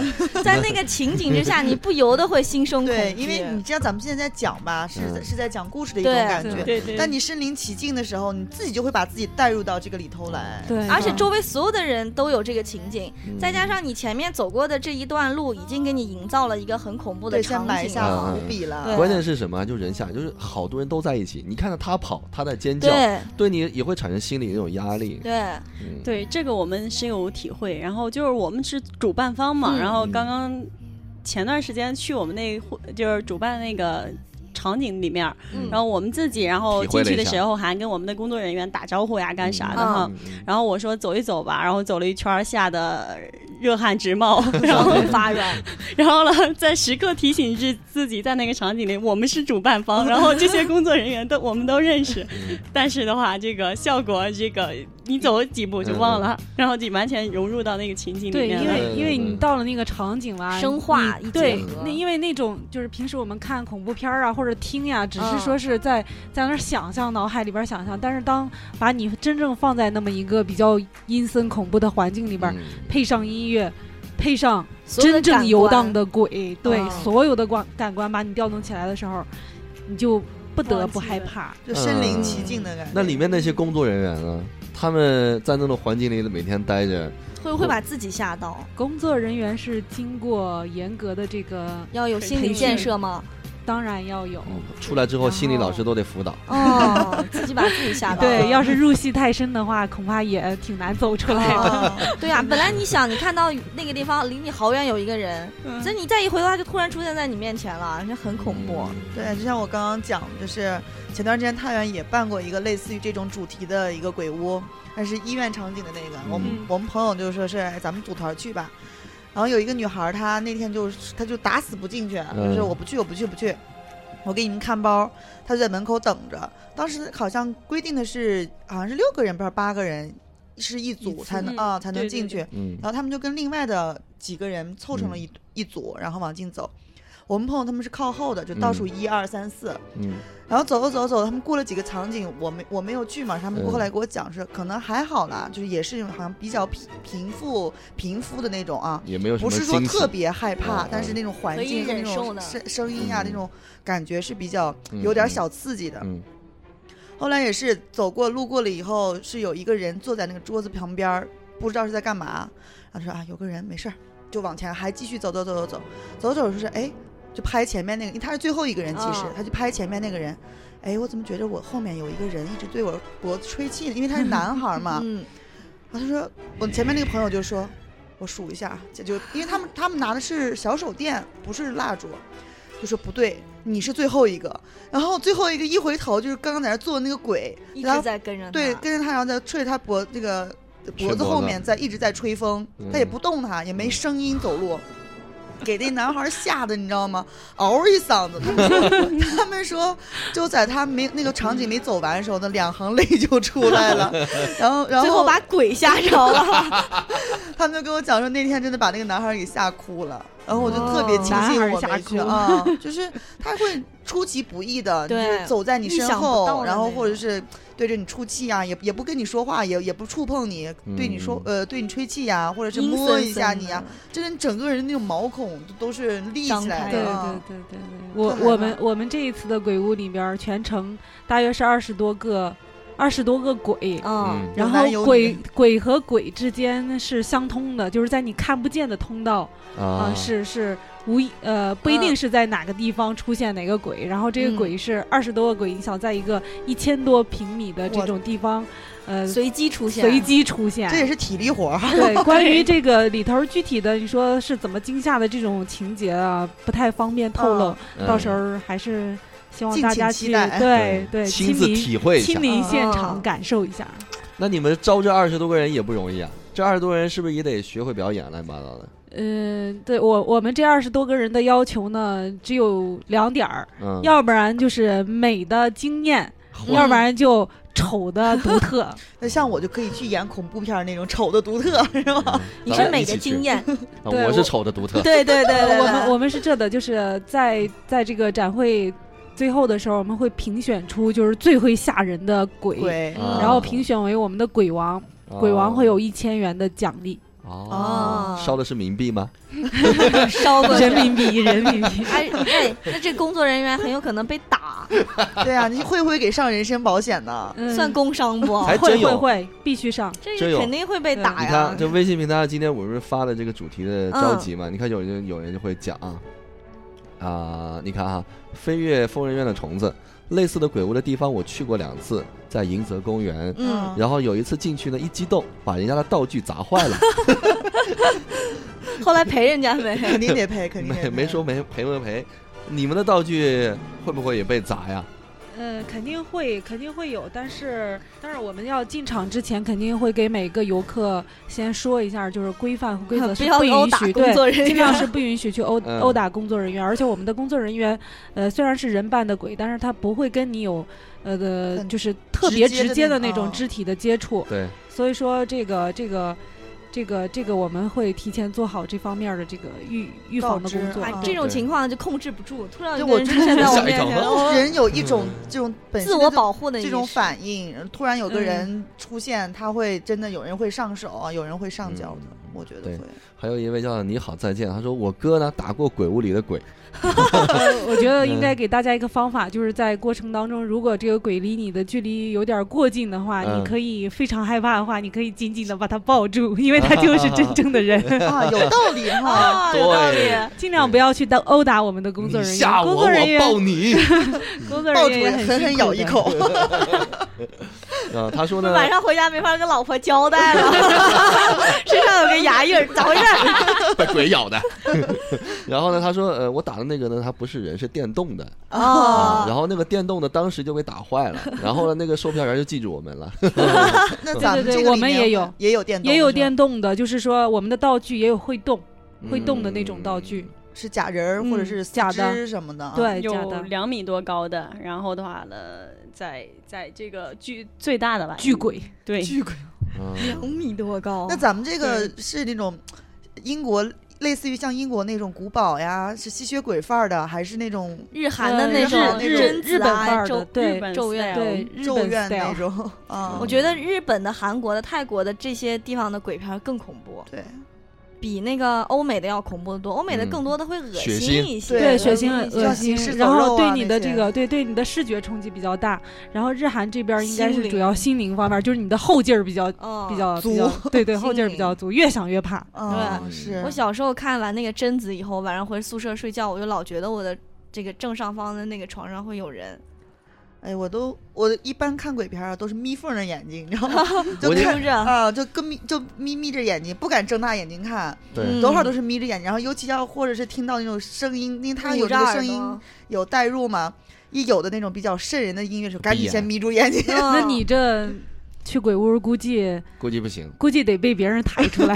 E: 在那个情景之下，你不由得会心生恐
B: 对，
E: 惧。
B: 因为你知道咱们现在讲吧，是在
D: 嗯
B: 是在讲故事的一种
E: 对
B: 感
G: 对
B: 觉，
F: 对对，
B: 但你身临其境的时候，你自己就会把自己带入到这个里头来。嗯
G: 对，
E: 而且周围所有的人都有这个情景，
D: 嗯
E: 再加上你前面走过的这一段路，已经给你营造了一个很恐怖的
B: 对，先
E: 场
B: 埋
E: 景
B: 下
E: 了。
F: 啊
D: 了
B: 伏笔了。
E: 对
D: 关键是什么？就人下，就是好多人都在一起，你看到他跑，他在尖叫，
E: 对
D: 对你也会产生心理那种压力。
E: 对，
D: 嗯，
F: 对这个我们深有体会。然后就是我们是主办方嘛，
E: 嗯
F: 然后刚刚前段时间去我们那户就是主办那个场景里面，
E: 嗯
F: 然后我们自己，然后
D: 体会
F: 进
D: 了
F: 去
D: 一
F: 的
D: 下
F: 时候还跟我们的工作人员打招呼呀，干啥的
E: 嗯
F: 哈。
D: 嗯嗯
F: 然后我说走一走吧，然后走了一圈儿，吓得热汗 直冒，然
E: 然
F: 后
E: 后发软，
F: 然后呢，在时刻提醒自自己在那个场景里，我们是主办方，然后这些工作人员都我们都认 识，但是的话，这个效果，这个你走几步就忘了，然后你完全融入到那个情景里
G: 对，
F: 面
G: 因
F: 了。
G: 为
D: 嗯
G: 因为你到了那个场景了，
E: 生化
G: 你
E: 一结
G: 啊对，
E: 合
G: 那因为那种就是平时我们看恐怖片儿啊或者听呀，只
E: 嗯
G: 是说是在在那儿想象，脑海里边儿想象，但是当把你真正放在那么一个比较阴森恐怖的环境里边儿，配上音乐，配上
E: 所有的
G: 真正
E: 感
G: 游
E: 官
G: 荡的鬼，对
E: 嗯
G: 所有的感感官把你调动起来的时候，你就不得不
F: 忘记
G: 害
F: 了
G: 怕。
B: 就身临其境的感觉。
D: 那里面那些工作人员呢？他们在那种环境里每天待着，
E: 会会把自己吓到，
G: 工作人员是经过严格的这个，
E: 要有心理建设吗？
G: 当然要有。
D: 嗯出来之后
G: 然
D: 心理老
G: 后
D: 师都得辅导。
E: 哦，自己把自己吓到了。
G: 对，要是入戏太深的话，恐怕也挺难走出 来的。
E: 哦对呀、本来你想，你看到那个地方离你好远有一个人，
F: 嗯
E: 这你再一回头，他就突然出现在你面前了，这很恐怖。
B: 对，就像我刚刚讲，就是前段时间太原也办过一个类似于这种主题的一个鬼屋，还是医院场景的那个。我们
F: 嗯
B: 我们朋友就说是哎咱们组团去吧，然后有一个女孩儿，她那天就是她就打死不进去，就是
D: 嗯
B: 我不去，我不去，不去。我给你们看包，她就在门口等着。当时好像规定的是，好像是六个人不是八个人，是一组
G: 组
B: 才能
F: 嗯
B: 啊、才能
F: 对对
B: 进去
F: 对。
D: 嗯
B: 然后他们就跟另外的几个人凑成了一、一组，然后往进走。我们朋友他们是靠后的，就倒数一二三四，
G: 呃
D: 嗯
B: 然后走着走着走，他们过了几个场景，我没我没有去嘛，他们
D: 嗯
B: 后来给我讲说，可能还好啦，就是也是好像比较贫贫富贫富的那种啊，
D: 也没有什
B: 不
D: 么
B: 是说
D: 惊喜
B: 特别害
D: 嗯
B: 怕，但是那种环
E: 可以
B: 境和那
E: 忍受
B: 种
E: 的
B: 声声音啊，
D: 嗯
B: 那种感觉是比较
D: 嗯
B: 有点
D: 嗯
B: 小刺激的。
D: 嗯
B: 后来也是走过路过了以后，是有一个人坐在那个桌子旁边儿，不知道是在干嘛。然后说啊，有个人没事儿，就往前还继续走走走走走走走，就是哎，就拍前面那个，因为他是最后一个人，其实、
E: 哦
B: 他就拍前面那个人。哎，我怎么觉得我后面有一个人一直对我脖子吹气呢？因为他是男孩儿嘛。
E: 嗯，
B: 然后他说，我前面那个朋友就说，我数一下，这就因为他们他们拿的是小手电，不是蜡烛，就说不对，你是最后一个。然后最后一个一回头，就是刚刚在那做的那个鬼，
E: 一
B: 然
E: 直
B: 后
E: 在跟着他。
B: 对跟着他，然后再吹着他脖那个
D: 吹
B: 脖子
D: 脖
B: 后
D: 子嗯
B: 面在一直在吹风，他也不动他，也没声音走路。给那男孩吓得你知道吗？嗷一嗓子，他们说，他们说就在他没那个场景没走完的时候，那两行泪就出来了。然后，然后
E: 最后把鬼吓着了，
B: 他们就跟我讲说，那天真的把那个男孩给吓哭了，然后我就特别庆
G: 哦
B: 幸我
G: 男孩吓
B: 没去
G: 哭
B: 啊，就是他会出其不 意的，就
E: 对
B: 是走在你身
E: 意想不到
B: 后，
E: 的
B: 然后
E: 那种
B: 或者是对着你出气啊，也也不跟你说话，也也不触碰你，对你说呃对你吹气呀、或者是
E: 嗯阴
B: 摸
E: 森
B: 一下
E: 森
B: 你
E: 的
B: 啊，真的整个人那种毛孔都都是立起来
E: 张开
G: 对
B: 的
G: 对
B: 啊，
G: 对对对，我
B: 太害
G: 我
B: 怕
G: 们我们这一次的鬼屋里边儿，全程大约是二十多个，二十多个鬼。
E: 嗯，
G: 然
B: 有男
G: 后
B: 有
G: 鬼
B: 女
G: 鬼和鬼之间是相通的，就是在你看不见的通道啊、
D: 啊
G: 是是无一呃不一定是在哪个地方出现哪个鬼，然后这
E: 嗯
G: 个鬼是二十多个鬼，你想在一个一千多平米的这
B: 我
G: 种地方，
D: 嗯
G: 呃
E: 随机出现，
G: 随机出现，
B: 这也是体力活儿。
G: 对，关于这个里头具体的，你说是怎么惊吓的这种情节啊，不太方便透露，
D: 嗯
G: 到时候还是希望
B: 敬
G: 大
B: 请
G: 家
B: 期
G: 去
B: 待
G: 对对
D: 亲
G: 亲
D: 自
G: 临
D: 体会一下
G: 亲。临
E: 嗯
G: 现
E: 嗯
G: 场感受一下。
D: 那你们招这二十多个人也不容易啊，这二十多人是不是也得学会表演乱七八糟的？
G: 嗯，对我我们这二十多个人的要求呢，只有两点儿，
D: 嗯，
G: 要不然就是美的惊艳，要不然就丑的独 特。
B: 那像我就可以去演恐怖片儿那种丑的独特，是吗？
D: 嗯
E: 你
D: 咱
E: 是
D: 们
E: 美
D: 一起
E: 的
D: 去
E: 经验，
D: 啊
G: 对
D: 我是
G: 我
D: 丑的独特。
E: 对对对对，
G: 我们我们是这的，就是在在这个展会最后的时候，我们会评选出就是最会吓人的鬼，
E: 哎
B: 鬼，
D: 啊
G: 然后评选为我们的鬼王，鬼王会有一千元的奖励，
D: 哦，
E: 哦
D: 烧的是冥币吗？
E: 我烧过去。
G: 人。民 币，人民币
E: 哎哎，那这工作人员很有可能被打，
B: 对啊，你会不会给上人身保险 呢？
G: 嗯
E: 算工伤不？
D: 还
G: 会
D: 真
G: 会
D: 有
G: 会，必须上。
E: 这
D: 真
E: 个
D: 有嗯
E: 肯定会被打
G: 哎
D: 你
E: 呀
D: 看，。这微信平台今天我不是发了这个主题
G: 嗯
D: 的召集嘛？你看有人有人就会讲啊，啊，你看啊，飞越疯人院的虫子，类似的鬼屋的地方我去过两次，在迎泽公园。
E: 嗯，
D: 然后有一次进去呢，一激动把人家的道具砸坏了，
G: 嗯
E: 后来赔人家没？
B: 肯定得赔，肯定得
D: 没
B: 赔
D: 没说没赔没赔，你们的道具会不会也被砸呀？
G: 呃，肯定会，肯定会有，但是，但是我们要进场之前，肯定会给每个游客先说一下，就是规范和规 则是
E: 不要殴
G: 允
E: 打
G: 许，
E: 工
G: 对，
E: 作人
G: 尽量
E: 员。
G: 是不允许去殴
D: 嗯
G: 殴打工作人员，而且我们的工作人员，呃，虽然是人扮的鬼，但是他不会跟你有，呃的，
B: 很
G: 就是特别
B: 直接的
G: 直接的
B: 那
G: 那种
B: 种
G: 肢体的接触，
D: 对，
G: 所以说这个这个。这个这个我们会提前做好这方面的这个预预防的
B: 告知
G: 工作
E: 哎
B: 啊，
E: 这
G: 对
E: 种
D: 对
E: 情况就控制不住，突然有
B: 就
E: 个
B: 我
E: 人出
B: 之前
E: 现在我
D: 吓一
E: 面
D: 跳
E: 前，
D: 然
E: 哦
B: 人有一种
D: 嗯
B: 这种本身
E: 自我
B: 就
E: 保护的
B: 这
E: 意
B: 种
E: 识
B: 反应，突然有个
G: 嗯
B: 人出现，他会真的有人会上手啊，有人会上脚的
D: 嗯，
B: 我觉得
D: 对
B: 会。
D: 还有一位叫你好再见，他说我哥呢打过鬼屋里的鬼，
G: 呃 我觉得应该给大家一个方法，就是在过程当中，如果这个鬼离你的距离有点过近的话，
D: 嗯
G: 你可以非常害怕的话，你可以紧紧的把他抱住，因为他就是真正的人。
B: 啊，有道理
G: 啊
B: 哈。
E: 哦，有道理
D: 对。
G: 尽量不要去打殴打我们的工作人
D: 你
G: 员
D: 吓，
G: 工
D: 我，
G: 作人
D: 我
G: 员，
D: 抱 你。
G: 工作
B: 抱住
G: 人员
B: 也
G: 也
B: 狠狠
G: 辛苦
B: 咬一
G: 的。
B: 口，
D: 啊，他说呢，
E: 晚上回家没法跟老婆交代了， 身上有个牙印儿，咋回事 儿？
D: 被鬼咬的。然后呢，他说，呃，我打的那个呢，它不是人，是电动的。啊，然
E: 哦，
D: 后那个电动的当时就被打坏了，然后呢，那个售票员就记住我们了。
B: 那
G: 对
B: 咱
G: 对
B: 们这
G: 对，
B: 个
G: 我
B: 里
G: 们
B: 面
G: 也有，
B: 也有电动的是吗，
G: 也有电动的，就是说我们的道具也有会动， 会动的那
D: 嗯
G: 种道具，
B: 是假人儿或者
G: 嗯
B: 是四
G: 假的
B: 肢什么的啊。
G: 对，假
F: 有
G: 的
F: 两米多高的，然后的话呢，在在这个巨最大的吧，
G: 巨鬼。
F: 对，
D: 嗯，
E: 米多高
B: 那咱们这个是那种英国，类似于像英国那种古堡呀，是吸血鬼范儿的，还是那种
E: 日韩的
G: 呃
E: 那
B: 日
E: 种
B: 日
E: 贞
G: 日
E: 子
G: 本范
E: 啊，
G: 儿
E: 咒
G: 的对
F: 日本
E: 咒怨
F: style
G: 对，日
B: 咒
G: 本
B: 怨那
G: style。
B: 种啊？
E: 哎我觉得日本的、韩国的、泰国的这些地方的鬼片儿更恐怖，
B: 对，
E: 比那个欧美的要恐怖的多。欧美的
D: 嗯
E: 更多的会恶
D: 血
E: 心
D: 腥
E: 一些，
G: 对
B: 对
G: 血
E: 恶
G: 腥
E: 一些
G: 恶
B: 像
G: 心
B: 行尸，走
G: 然后
B: 肉
G: 对
B: 啊
G: 你
B: 那
G: 的这
B: 些
G: 个对对你的视觉冲击比较大，然后日韩这边儿应该
E: 心
G: 是主
E: 灵
G: 要心灵方面儿，就是你的后劲儿比较
E: 嗯，
G: 比较
B: 足
G: 比较， 对对，后
E: 心
G: 劲儿比
E: 灵
G: 较足，越想越怕。
B: 啊，
D: 对
B: 是
E: 我小时候看完那个贞子以后，晚上回宿舍睡觉，我就老觉得我的这个正上方的那个床上会有人，
B: 哎，我都我一般看鬼片儿啊，都是眯缝着眼睛，你知 道吗？就
D: 我
E: 是
D: 就
B: 看
E: 不是？
B: 啊，就跟眯就眯眯着眼睛，不敢睁大眼睛看，
D: 对，
B: 多少
E: 嗯
B: 都是眯着眼睛。然后尤其要或者是听到那种声音，因为它
E: 捂
B: 有
E: 着
B: 这个
E: 嗯耳
B: 声音
E: 朵
B: 有代入嘛，一有的那种比较瘆人的音乐时候，赶紧
D: 眼
B: 先眯住眼睛。
G: 那
E: 嗯
G: 你这去鬼屋估计
D: 估计不行。
G: 估计得被别人抬出来，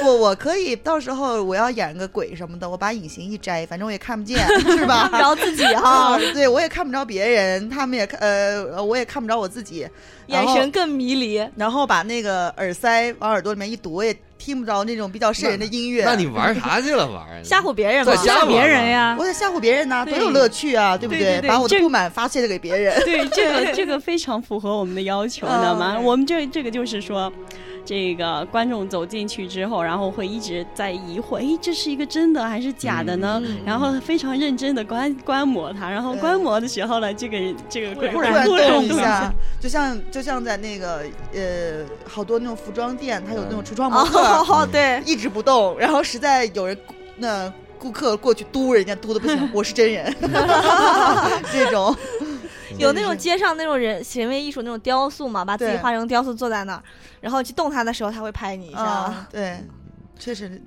B: 不，我可以到时候我要演个鬼什么的，我把隐形一摘，反正我也看 不见，是吧？
E: 看不着自己
B: 啊
E: 哈，，
B: 对我也看不着别人，他们也看呃，我也看不着我自己，然
E: 眼
B: 后
E: 神更迷离。
B: 然后把那个耳塞往耳朵里面一堵，我也听不着那种比较瘆人的音乐。
D: 那你玩啥去了？ 玩
E: 吓唬别人嘛
D: 在，家
G: 吓
D: 玩
G: 啊别
D: 儿
G: 人
D: 嘛
G: 呀
B: 我。得吓唬别人呐、
G: 对
B: 多有乐趣啊，对不
F: 对对对
B: 把我的
F: 这
B: 不满发泄的给别人。
F: 对，这个这个非常符合我们的要求，你知道吗？我们这这个就是说，这个观众走进去之后，然后会一直在疑惑，诶，这是一个真的还是假的呢？
E: 嗯
F: 然后非常认真的观观摩它，然后
B: 对
F: 观摩的时候呢，这个人这个鬼
B: 突
F: 然
B: 然
F: 突
B: 动
F: 然
B: 一
F: 动
B: 下，就像就像在那个呃，好多那种服装店，它有那种
D: 嗯
B: 橱窗 模特，
E: 哦，对，
B: 一直不动，然后实在有人那顾客过去嘟人家嘟的不行，我是真人，这种
E: 有那种街上那种人行为艺术那种雕塑嘛，把自己
B: 对
E: 画成雕塑坐在那儿，然后去动它的时候，它会拍你一下，
B: 啊，对，确实，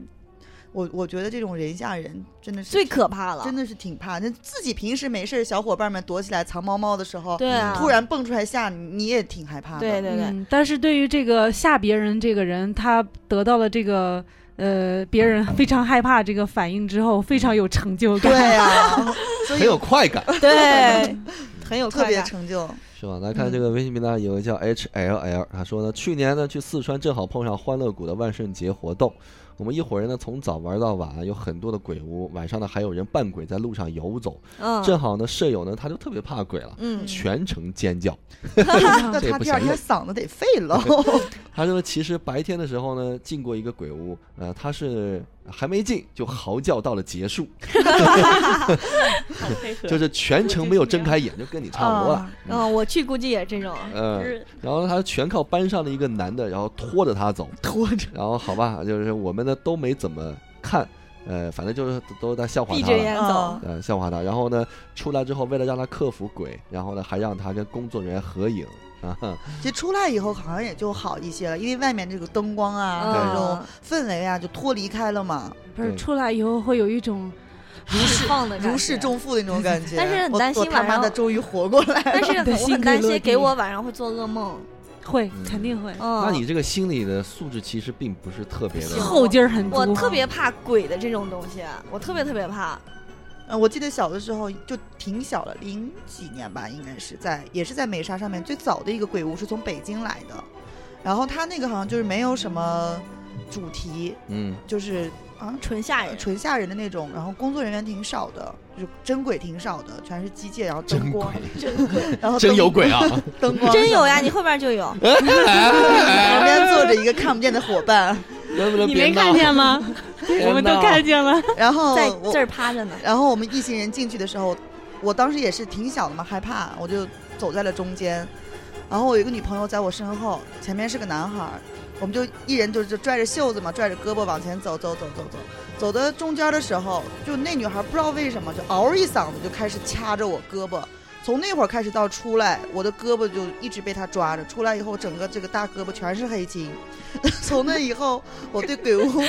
B: 我我觉得这种人吓人真的是
E: 最可怕了
B: 真。的是挺怕。那自己平时没事儿，小伙伴们躲起来藏猫猫的时候，
E: 对啊，
B: 嗯突然蹦出来吓你，你也挺害怕的。
E: 对对 对，
G: 嗯，但是对于这个吓别人这个人，他得到了这个呃别人非常害怕这个反应之后，非常有成就
B: 对
G: 感。
B: 呀，所
D: 很有
B: 以
D: 快感，
B: 嗯
E: 对， 很有
B: 特
E: 快
B: 别
E: 感。啊
B: 成就。
D: 是吧？来看这个微信平台，有个叫 H L L，他说呢，去年呢去四川正好碰上欢乐谷的万圣节活动，我们一伙人呢从早玩到晚，啊有很多的鬼屋，晚上呢还有人扮鬼在路上游走，正
E: 嗯
D: 好呢舍友呢他就特别怕鬼了，
E: 嗯，
D: 全程尖叫。
B: 那
D: 这
B: 他
D: 不
B: 第二
D: 行
B: 天嗓子得废了。
D: 他说其实白天的时候呢，进过一个鬼屋，呃，他是还没进就嚎叫到了结束，
F: 好配合
D: 就是全程没有睁开眼，就跟你差不多了。嗯
E: 嗯，我去估计也这种。
D: 呃
E: 嗯
F: 就是
D: 然后他全靠班上的一个男的，然后拖着他走，拖着。然后好吧，就是我们呢都没怎么看，呃，反正就是都都在笑话
E: 闭
D: 他
E: 着
D: 了。
E: 眼走，
D: 呃，笑话他。然后呢，出来之后，为了让他克服鬼，然后呢，还让他跟工作人员合影啊。
B: 其实出来以后好像也就好一些了，因为外面这个灯光啊，
D: 对
B: 这种
E: 嗯，
B: 氛围啊，就脱离开了嘛，
G: 不是
D: 对
G: 出来以后会有一种
E: 如释放的感觉
B: 如释。重负的那种感觉。
E: 但是很担心
B: 我我他
E: 晚
B: 妈
E: 上
B: 的终于活过来
E: 但
B: 了。
E: 是
G: 的
E: 我
G: 心
E: 很
G: 可
E: 担心，
G: 落地
E: 给我晚上会做噩梦。
G: 会
D: 嗯，
G: 肯定会
E: 嗯，
D: 那你这个心理的素质其实并不是特别
E: 行
D: 的。
G: 后劲儿很足。
E: 我特别怕鬼的这种东西，我特别特别怕。
B: 呃，我记得小的时候就挺小了，零几年吧，应该是在也是在美沙上面最早的一个鬼屋是从北京来的，然后它那个好像就是没有什么主题，
D: 嗯，
B: 就是啊
E: 纯吓
B: 呃
E: 人，
B: 纯吓人的那种，然后工作人员挺少的，就是真鬼挺少的，全是机械，然后灯光， 然后灯
D: 真有鬼啊！
B: 灯 光
E: 真有呀，
B: 什么
E: 你后边就有。
B: 的，旁边坐 着一个看不见的伙伴，
D: 能不能
F: 你
D: 别
F: 没
D: 闹
F: 看？见吗？我们都看见了。
B: 然后
E: 在
B: 我
E: 这儿趴着呢。
B: 然后我们一行人进去的时候，我当时也是挺小的嘛，害怕，我就走在了中间。然后我有一个女朋友在我身后，前面是个男孩儿，我们就一人就就拽着袖子嘛，拽着胳膊往前走，走走走走。走到中间的时候，就那女孩不知道为什么就嗷一嗓子就开始掐着我胳膊。从那会儿开始到出来，我的胳膊就一直被她抓着。出来以后，整个这个大胳膊全是黑青。 从那以后，我对鬼屋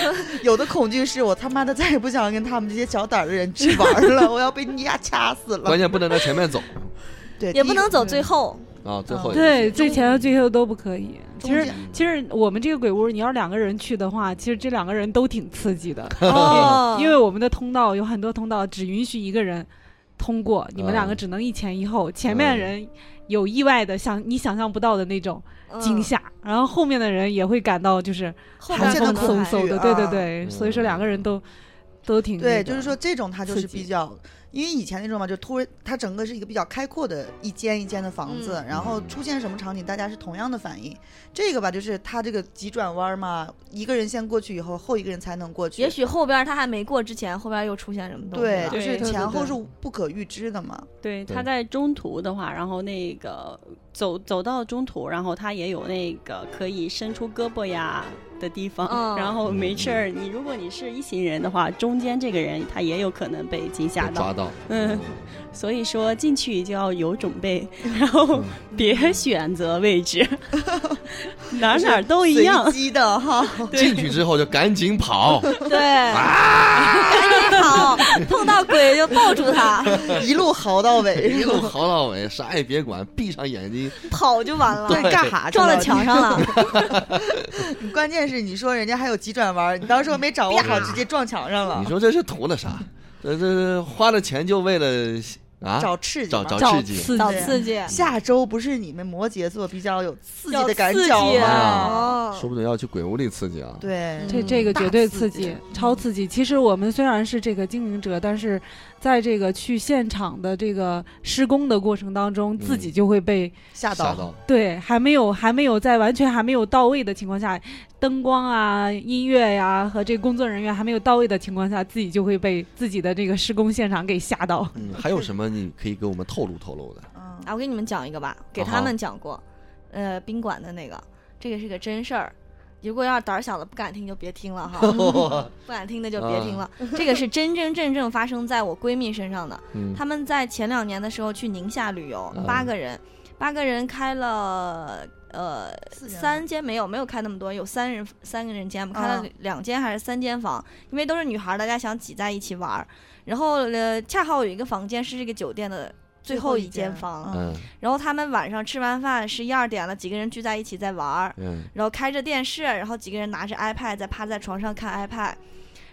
B: 有的恐惧是我他妈的再也不想跟他们这些小胆儿的人去玩儿了，我要被你俩掐死了。
D: 关键不能在前面走
B: 对，
E: 也不能走
G: 对
E: 最后，
D: 啊！最后
B: 嗯
D: 嗯也不行
G: 对，最前和最后都不可以。
B: 第
G: 其
B: 一中
G: 实
B: 间
G: 其实我们这个鬼屋，你要是两个人去的话，其实这两个人都挺刺激 的，
E: 哦
B: 嗯
G: 因为我们的通道有很多通道只允许一个人通过，你们
B: 嗯
G: 两个只能一前一后，前面的人有意外的想你想象不到的那种惊，吓，
B: 嗯
G: 然后后面的人也会感到就是
E: 嗯后
G: 寒
E: 边
B: 边
E: 可
B: 更
G: 风嗖
E: 能
B: 恐
G: 嗖
B: 惧
G: 的，
B: 啊
G: 对对对，所以
D: 嗯
G: 说两个人都都挺那
B: 对，
G: 个
B: 就是说这种它就是
G: 刺激
B: 比较，因为以前那种嘛，就突然它整个是一个比较开阔的一间一间的房子，
E: 嗯
B: 然后出现什么场景，大家是同样的反应。这个吧，就是它这个急转弯嘛，一个人先过去以后，后一个人才能过去。
E: 也许后边他还没过之前，后边又出现什么东西
B: 对，
E: 了。
B: 就
F: 对
B: 是
F: 对
B: 前后
G: 对
B: 是不可预知的嘛。
F: 对，
D: 对
F: 他在中途的话，然后那个走走到中途，然后他也有那个可以伸出胳膊呀的地方，
E: 嗯
F: 然后没事儿，你如果你是一行人的话，中间这个人他也有可能被惊吓
D: 被抓
F: 到，
D: 到，
F: 嗯，所以说进去就要有准备，然后别选择位置，哪儿哪儿都一样
B: 随，机 的哈，
D: 进去之后就赶紧跑，
E: 对，赶紧跑，碰到鬼就抱住他，
B: 一路嚎到
D: 一
B: 尾，
D: 路嚎到尾，啥也别管，闭上眼睛，
E: 跑就完了，
B: 对，干哈去
E: 撞到墙上了。
B: 你 关键是你说人家还有急转弯，你当时没掌握好，直接撞墙上了
D: 你，说这是图了啥？这这这花了钱就为了啊
B: 找刺激
D: 找
B: 嘛。
D: 找
G: 找
D: 刺激，
G: 刺
E: 找
G: 激。
E: 刺激，
B: 下周不是你们摩羯座比较有刺激
E: 要
B: 的感
E: 刺
B: 觉啊
E: 激
B: 吗？
E: 哦
D: 说不准要去鬼屋里刺激啊！
B: 对，
G: 这
E: 嗯
G: 这个
B: 大
G: 绝对
B: 刺
G: 刺
B: 激
G: 激，超刺激。其实我们虽然是这个经营者，但是在这个去现场的这个施工的过程当中，
D: 嗯
G: 自己就会被
B: 吓
D: 吓
B: 到。
D: 到，
G: 对还没有还没有在完全还没有到位的情况下，灯光啊、音乐呀、和这工作人员还没有到位的情况下，自己就会被自己的这个施工现场给吓到。
D: 嗯，还有什么你可以给我们透露透露的？
B: 嗯
E: 啊，我给你们讲一个吧，给
D: 好
E: 他们讲过，呃，宾馆的那个，这个是个真事儿。如果要是胆儿小的不敢听就别听了 哈，不敢听的就别听了。这个是真真正正发生在我闺蜜身上的。
D: 嗯，
E: 他们在前两年的时候去宁夏旅游，八
D: 嗯
E: 个人，八个人开了呃
B: 四人
E: 三间没有没有开那么多，有三人三个人间嘛，开了
B: 嗯
E: 两间还是三间房，因为都是女孩儿，大家想挤在一起玩儿。然后呃，恰好有一个房间是这个酒店的最
B: 最后
E: 后
B: 一
E: 一间
B: 间
E: 房，
D: 嗯
E: 然后他们晚上吃完饭十一二点了，几个人聚在一起在玩儿，
D: 嗯
E: 然后开着电视，然后几个人拿着 iPad 在趴在床上看 iPad。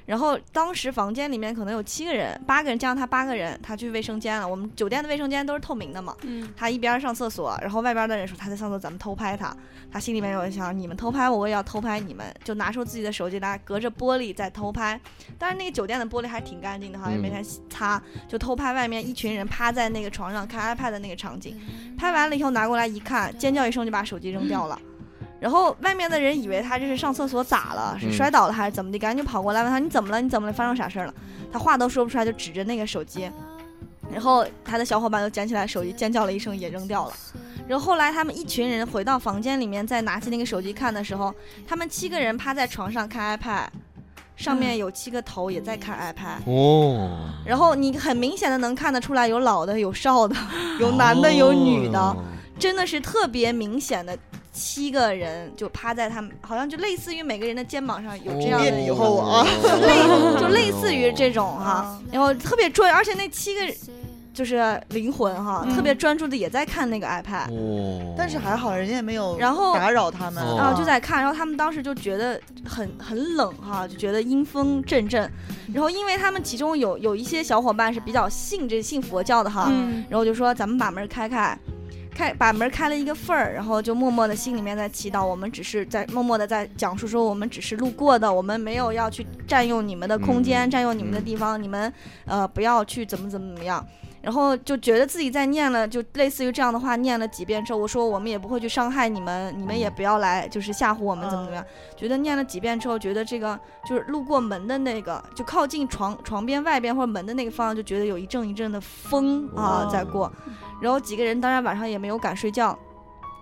E: 然后当时房间里面可能有七个人，八个人加上他八个人，他去卫生间了。我们酒店的卫生间都是透明的嘛，
F: 嗯，
E: 他一边上厕所，然后外边的人说他在上厕所，咱们偷拍他。他心里面有想，你们偷拍我，我也要偷拍你们，就拿出自己的手机来，隔着玻璃在偷拍。但是那个酒店的玻璃还挺干净的，好像也没
D: 嗯
E: 啥擦，就偷拍外面一群人趴在那个床上看 iPad 的那个场景。拍完了以后拿过来一看，尖叫一声就把手机扔掉了。然后外面的人以为他这是上厕所咋了，是
D: 嗯
E: 摔倒了还是怎么的，赶紧跑过来问他你怎么了？你怎么了？发生啥事儿了？他话都说不出来，就指着那个手机。然后他的小伙伴就捡起来手机，尖叫了一声，也扔掉了。然后后来他们一群人回到房间里面，再拿起那个手机看的时候，他们七个人趴在床上看 iPad，上面有七个头也在看 iPad，、
D: 哦，
E: 然后你很明显的能看得出来有老的有少的，有男的有女的，
D: 哦
E: 真的是特别明显的。七个人就趴在他们，好像就类似于每个人的肩膀上有这样的
B: 哦
E: 一
B: 以
E: 个
B: 后啊
E: 类就类似于这种
D: 种。
B: 哦
E: 哈，然后特别专，而且那七个就是灵魂哈，特别专注的也在看那个 iPad 啊
D: 哦，
B: 但是还好人家也没有
E: 然后
B: 打扰他们
D: 哦
E: 啊，就在看，然后他们当时就觉得很很冷哈，就觉得阴风阵阵，然后因为他们其中有有一些小伙伴是比较信这信佛教的哈，
F: 嗯，
E: 然后就说咱们把门开开。开把门开了一个缝儿，然后就默默的心里面在祈祷，我们只是在默默的在讲述说我们只是路过的，我们没有要去占用你们的空间，
D: 嗯
E: 占用你们的地方，你们呃不要去怎么怎么怎么样。然后就觉得自己在念了，就类似于这样的话念了几遍之后，我说我们也不会去伤害你们，你们也不要来就是吓唬我们怎么怎么样。觉得念了几遍之后，觉得这个就是路过门的那个，就靠近床床边外边或者门的那个方向，就觉得有一阵一阵的风啊
D: 哦
E: 在过。然后几个人当然晚上也没有敢睡觉，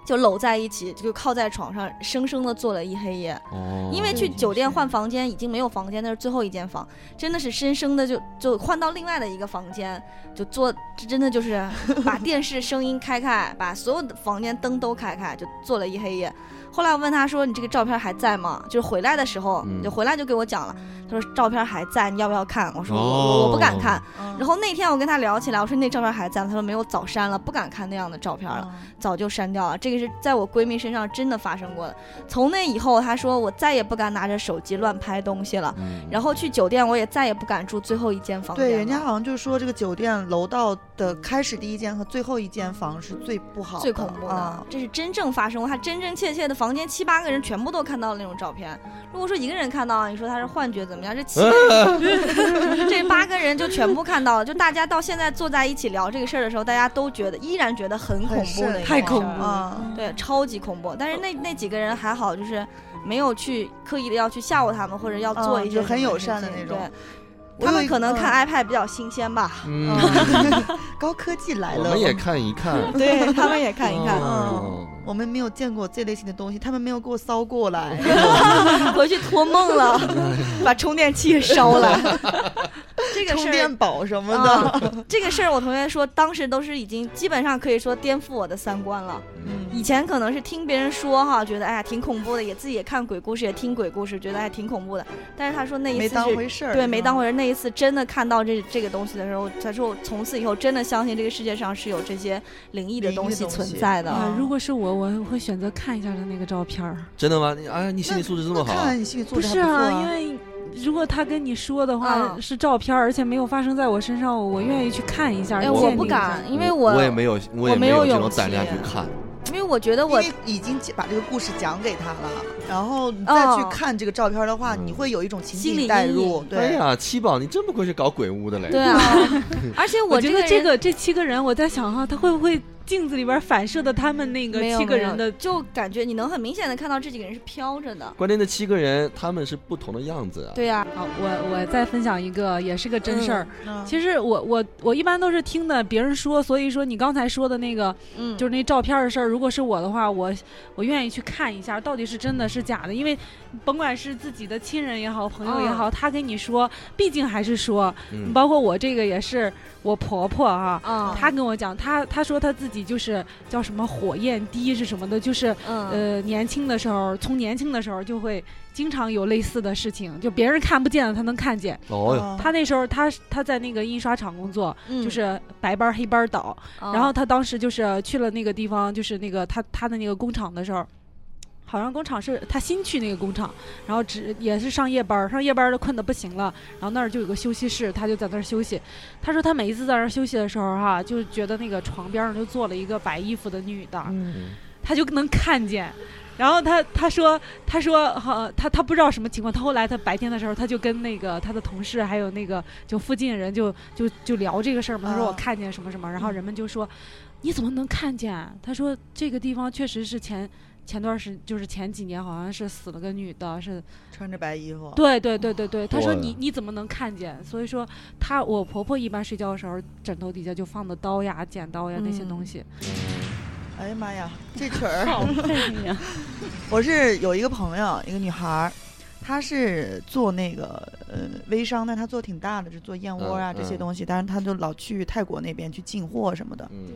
E: 就搂在一起，就靠在床上，生生的坐了一黑夜。
D: 哦，
E: 因为去酒店换房间已经没有房间，那是最后一间房，真的是生生的就就换到另外的一个房间，就坐，这真的就是 把电视声音开开，把所有的房间灯都开开，就坐了一黑夜。后来我问他说：“你这个照片还在吗？”就是回来的时候，
D: 嗯
E: 就回来就给我讲了，他说照片还在，你要不要看？我说我、
D: 哦
E: 我不敢看。
B: 嗯
E: 然后那天我跟他聊起来，我说那照片还在吗？他说没有，早删了，不敢看那样的照片
B: 嗯
E: 了。早就删掉了。这个是在我闺蜜身上真的发生过的。从那以后，她说我再也不敢拿着手机乱拍东西了。
D: 嗯，
E: 然后去酒店，我也再也不敢住最后一间房间了。
B: 对，人家好像就说这个酒店楼道的开始第一间和最后一间房是最不好的、
E: 最恐怖
B: 啊
E: 的，。这是真正发生过，她真真切切的房间七八个人全部都看到了那种照片。如果说一个人看到啊，你说他是幻觉怎么样？这七个人这八个人就全部看到了。就大家到现在坐在一起聊这个事儿的时候，大家都觉得依然觉得很恐怖的一
B: 瘆
E: 个
G: 太恐
E: 事儿
G: 怖了
B: 啊，
E: 对，超级恐怖。但是那那几个人还好，就是没有去刻意的要去吓唬他们，或者要做
B: 嗯
E: 一些
B: 就
E: 什
B: 很
E: 么
B: 友
E: 事
B: 善的
E: 情
B: 那种
E: 对
B: 我
E: 他
B: 有
E: 们
B: 一
E: 可能
B: 个
E: 看 iPad 比较新鲜 吧，
D: 嗯，
B: 嗯 高科技来
D: 我
B: 了，
D: 们也看一看，
E: 对他们也 看一看，
D: 哦
B: 我们没有见过这类型的东西，他们没有给我骚过来。
E: 回去托梦了，
B: 哎
E: 把充电器烧 了。这个
B: 充
E: 事
B: 电
E: 儿，嗯
B: 宝什么的，
E: 这个事儿，我同学说，当时都是已经基本上可以说颠覆我的三观了。
B: 嗯，
E: 以前可能是听别人说哈，觉得哎呀挺恐怖的，也自己也看鬼故事，也听鬼故事，觉得哎挺恐怖的。但是他说那一
B: 没
E: 次是
B: 当回事儿，
E: 对，没当回事。那一次真的看到这这个东西的时候，他说我从此以后真的相信这个世界上是有这些灵异的
B: 灵异
E: 东
B: 的
E: 西
B: 东
E: 存
B: 西
E: 在的。
B: 啊
G: 啊，如果是我，我会选择看一下他那个照片儿。
D: 真的吗？你哎，你心理素质这
B: 那
D: 么好，啊
B: 看你心理素
G: 不啊
B: 质还
G: 是
E: 啊
G: 啊
B: 错啊
G: 因为如果他跟你说的话
E: 嗯
G: 是照片儿，而且没有发生在我身上，我愿意去看一下。
E: 哎，
G: 鉴
E: 我
G: 定
E: 不
G: 一下
E: 敢，因为
D: 嗯我
E: 我
D: 也没有，我也
E: 我没有
D: 有这
E: 勇
D: 种胆量
E: 气啊
D: 去看，
E: 因为我觉得
B: 因
E: 我
B: 为已经把这个故事讲给他了，然后你再去看这个照片的话，
D: 嗯
B: 你会有一种情
E: 心理
B: 景代
E: 阴
B: 入。
E: 影啊
D: 哎
B: 对，
D: 呀，七宝，你真不愧是搞鬼屋的嘞！
E: 对 啊，而且
G: 我
E: 这
G: 觉
E: 个
G: 得这
E: 人
G: 个这七个人，我在想哈，他会不会镜子里边反射的他们那个
E: 没有
G: 七个
E: 没有
G: 人的
E: 就感觉你能很明显的看到这几个人是飘着的。
D: 关键那七个人他们是不同的样子啊。
E: 对呀、
G: 好，我我再分享一个，也是个真事儿。
B: 嗯
G: 其实我我我一般都是听的别人说，所以说你刚才说的那个，
E: 嗯，
G: 就是那照片儿的事儿，如果是我的话，我我愿意去看一下，到底是真的是假的，因为甭管是自己的亲人也好，朋友也
E: 嗯
G: 好，他跟你说，毕竟还是说，
D: 嗯，
G: 包括我这个也是我婆婆啊。
E: 啊，
G: 她跟我讲，她她说她自己就是叫什么火焰低是什么的，就是
E: 嗯
G: 呃，年轻的时候，从年轻的时候就会经常有类似的事情，就别人看不见的，他能看见。
B: 嗯
D: 哦哟，
G: 他那时候他他在那个印刷厂工作，
E: 嗯，
G: 就是白班儿黑班儿倒。
E: 啊，
G: 然后他当时就是去了那个地方，就是那个他他的那个工厂的时候。好像工厂是他新去那个工厂，然后只也是上夜班儿，上夜班儿都困得不行了，然后那儿就有个休息室，他就在那儿休息。他说他每一次在那儿休息的时候、哈，就觉得那个床边上就坐了一个白衣服的女的，
D: 嗯
G: 他就能看见。然后他他说他说好、他他不知道什么情况。他后来他白天的时候，他就跟那个他的同事还有那个就附近人就就就聊这个事儿嘛。他说
B: 啊
G: 我看见什么什么，然后人们就说你怎么能看见？啊他说这个地方确实是前前段时就是前几年好像是死了个女的，是
B: 穿着白衣服，
G: 对对对对对。他说
D: 哇
G: 你你怎么能看见？所以说他我婆婆一般睡觉的时候，枕头底下就放的刀呀、剪刀呀那些
F: 嗯
G: 东西。
D: 嗯
B: 哎呀妈呀，这曲儿！
F: 好配呀，
B: 我是有一个朋友，一个女孩儿，他是做那个呃微商，但他做挺大的，就做燕窝啊、
D: 嗯
B: 这些
D: 嗯
B: 东西。但是他就老去泰国那边去进货什么的。
D: 嗯，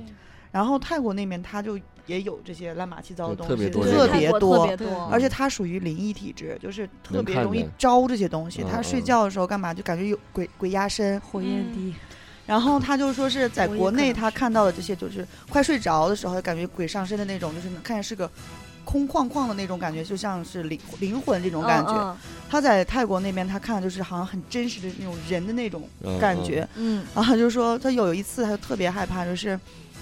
B: 然后泰国那边他就也有这些乱七八糟的东
D: 对特别
B: 西，
D: 多
E: 对
D: 这
B: 特
D: 种
E: 泰
B: 别
E: 国
B: 多，
E: 特别多，
B: 而且他属于灵异体质，就是特
D: 能
B: 别
D: 看
B: 容易
D: 见
B: 招这些东西。
D: 嗯
B: 他睡
D: 嗯
B: 觉的时候干嘛就感觉有鬼鬼压
E: 嗯
B: 身，
G: 火焰低，
B: 然后他就说是在
E: 我也
B: 国
E: 可
B: 内
E: 能
B: 他看到的这些，就是快睡着的时候感觉鬼上身的那种，就是看着是个空旷旷的那种感觉，就像是灵灵魂这种感觉。
E: 嗯
B: 他在泰国那边他看的就是好像很真实的那种人的那种
D: 嗯
B: 感觉。
E: 嗯
B: 然后他就说他有一次他就特别害怕，就是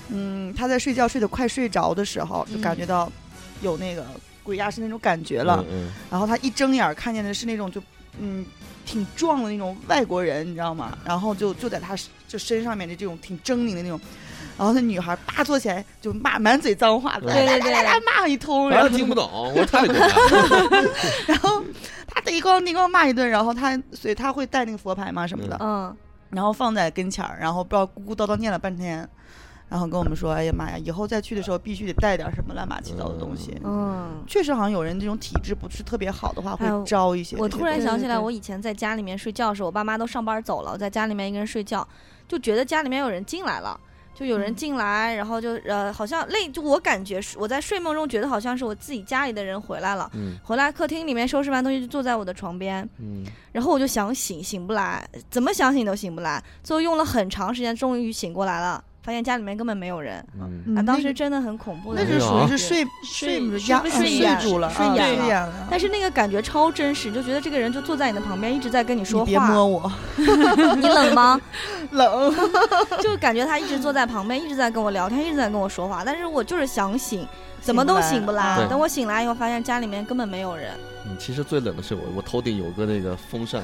B: 嗯他在睡觉睡得快睡着的时候，
E: 嗯
B: 就感觉到有那个鬼压身那种感觉了。
D: 嗯
B: 然后他一睁眼儿看见的是那种就嗯挺壮的那种外国人，你知道吗？然后就就在他身就身上面的这种挺狰狞的那种。然后那女孩啪坐起来就骂，满嘴脏话，
D: 嗯
B: 来来
E: 对
B: 来
E: 对
B: 来骂一通，
D: 嗯，
B: 然
D: 反
B: 后
D: 正听不懂，我泰国的，
B: 然后他叮咣叮咣骂一顿，然后他所以他会带那个佛牌嘛什么的，
E: 嗯，
B: 然后放在跟前儿，然后不知道咕咕叨叨念了半天，然后跟我们说，哎呀妈呀，以后再去的时候必须得带点什么乱七八糟的东西。
E: 嗯，
B: 确实，好像有人这种体质不是特别好的话，
E: 哎呦
B: 会招一些这些东西。
E: 我突然想起来，
G: 对对
E: 我以前在家里面睡觉的时候，我爸妈都上班走了，我在家里面一个人睡觉，就觉得家里面有人进来了。就有人
B: 嗯
E: 进来，然后就呃，好像类，就我感觉是我在睡梦中觉得好像是我自己家里的人回来了，
D: 嗯
E: 回来客厅里面收拾完东西就坐在我的床边，
D: 嗯
E: 然后我就想醒，醒不来，怎么想醒都醒不来，最后用了很长时间，终于醒过来了，发现家里面根本没有人，
D: 嗯，
B: 嗯
E: 啊，当
B: 那
E: 时
B: 个
E: 真的很恐怖的
B: 那
E: 那
B: 就
E: 种
D: 是
B: 属于
D: 啊
B: 是睡
F: 睡
B: 睡
F: 睡
B: 压
F: 不
B: 啊
F: 睡
B: 睡
E: 眼
B: 住了，啊
E: 睡
B: 睡
E: 眼了
B: 眼了。
E: 但是那个感觉超真实，就觉得这个人就坐在你的旁边，一直在跟你说
B: 你
E: 话。
B: 别摸我，
E: 你冷吗？
B: 冷。
E: 就感觉他一直坐在旁边，一直在跟我聊天，一直在跟我说话。但是我就是想醒，怎么都醒不
B: 醒不
E: 来。
D: 来
E: 等我醒来以后，发现家里面根本没有人。
D: 嗯其实最冷的是我，我头顶有个那个风扇，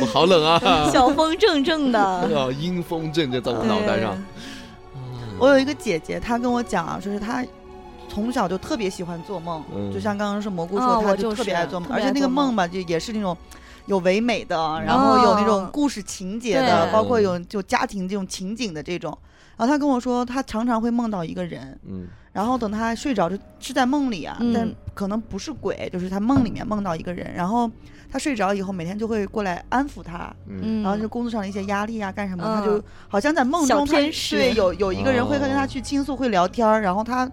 D: 我好冷啊，
E: 小风阵阵
D: 哎
E: 的，
D: 呀，阴风阵阵在我脑袋上，啊
B: 我有一个姐姐，她跟我讲啊，就是她从小就特别喜欢做梦，
D: 嗯
B: 就像刚刚说蘑菇
E: 啊
B: 说，她
E: 我就是
B: 特别爱做梦，
E: 特
B: 而
E: 别
B: 且
E: 爱
B: 那个
E: 做梦
B: 梦吧，就也是那种。有唯美的，然后有那种故事情节的，
E: 嗯对
B: 包括有就家庭这种情景的这种。然后她跟我说，她常常会梦到一个人，
D: 嗯
B: 然后等她睡着就是在梦里啊，
E: 嗯
B: 但可能不是鬼，就是她梦里面梦到一个人，然后她睡着以后每天就会过来安抚她，
D: 嗯
E: 嗯，
B: 然后就工作上的一些压力啊，干什么，他
E: 嗯
B: 就好像在梦中
E: 小
B: 他
E: 天使
B: 对有有一个人会跟
D: 哦
B: 他去倾诉，会聊天儿，然后他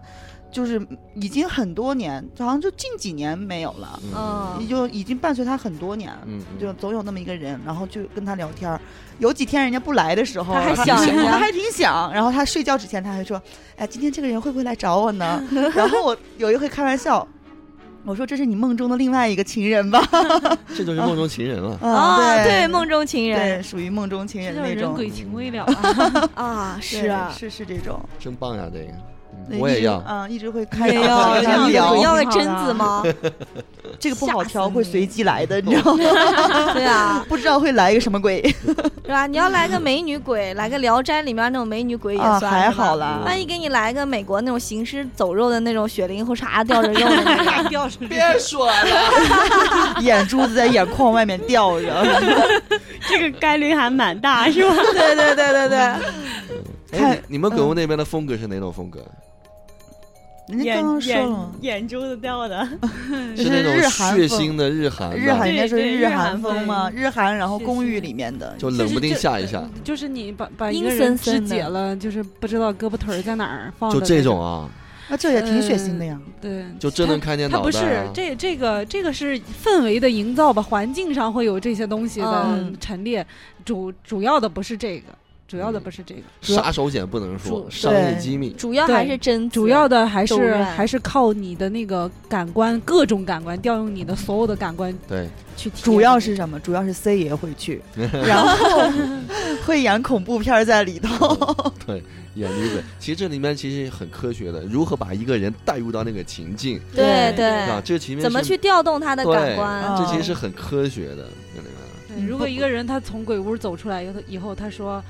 B: 就是已经很多年，好像就近几年没有了，
D: 嗯
E: 嗯
B: 就已经伴随他很多年了。
D: 嗯，
B: 就总有那么一个人，然后就跟他聊天儿。有几天人家不来的时候，
E: 他还
B: 他
E: 想 人家
B: 他还挺想。然后他睡觉之前，他还说：“哎，今天这个人会不会来找我呢？” 然后我有一回开玩笑，我说：“这是你梦中的另外一个情人吧 嗯
D: 这就是梦中情人了。？”
E: 啊，对，
B: 对
E: 梦中情人
B: 对，属于梦中情
G: 这
B: 人
G: 叫
B: 那
G: 人
B: 种。
G: 鬼情未了啊！
E: 啊，是
B: 对
E: 啊，
B: 是是这种，
D: 真棒呀，这个
B: 对
D: 嗯我也要
B: 一直，嗯，一直会开
E: 也
B: 导
E: 哎要
B: 会跟他
E: 要
G: 要
B: 聊，
E: 要个贞子 吗？
B: 这个不好
E: 吓死
B: 挑，会
E: 你
B: 随机 来的，你知道吗？
E: 对啊，
B: 不知道会来一个什么鬼
E: 对吧？你要来个美女鬼，来个《聊斋》里面那种美女鬼也
B: 啊，
E: 算，
B: 还好
E: 了。
B: 啦，
E: 万一给你来个美国那种行尸走肉的那种血淋后叉吊着肉 的那种，
G: 掉水，
D: 哦别说了，
B: 眼珠子在眼眶外面吊着，
F: 这个概率还蛮大，是吧？
E: 对对对对对，
D: 哎，你你们鬼屋那边的风格是哪种风格？
B: 人家
F: 眼
B: 刚刚说
F: 眼
B: 了，
F: 眼珠子掉的，
D: 是那种
B: 日韩
D: 血
B: 风
D: 腥的日韩的，
B: 日韩应该说
F: 对对
B: 日
F: 日韩
B: 韩风嘛，日韩，然后
G: 是
B: 公
G: 是
B: 寓里面的，
D: 就冷不丁吓一下，
G: 就是嗯你把把一
E: 阴
G: 个人
E: 森森
G: 肢解
E: 的
G: 了，就是不知道胳膊腿儿在哪儿放
D: 就
G: 的
D: 这
G: 那
D: 种。啊，
B: 那这也挺血腥的呀。
G: 对，
D: 就真能看见
G: 它
D: 脑
G: 不是
D: 袋啊。
G: 这这个这个是氛围的营造吧，环境上会有这些东西的
B: 嗯
G: 陈列，主主要的不是这个，主要的不是这个，
B: 嗯
D: 杀手锏不能说，
G: 主
D: 商业
B: 对
D: 机密。
E: 主要还是贞子，
G: 主要的还
E: 周
G: 是
E: 润
G: 还是靠你的那个感官，各种感官调用你的所有的感官
D: 对，
G: 去体验。
B: 主要是什么？主要是 C 爷会去，然后会演恐怖片儿在里 头。
D: 对，眼女鬼。其实这里面其实很科学的，如何把一个人带入到那个情境
E: 对对，
D: 啊？这前面
E: 哎怎么
D: 是
E: 去调动他的感
D: 对
E: 官？
B: 啊
D: 这其实是很科学的，这里面
G: 对
B: 嗯
G: 如果一个人他从鬼屋走出来以后，以后他说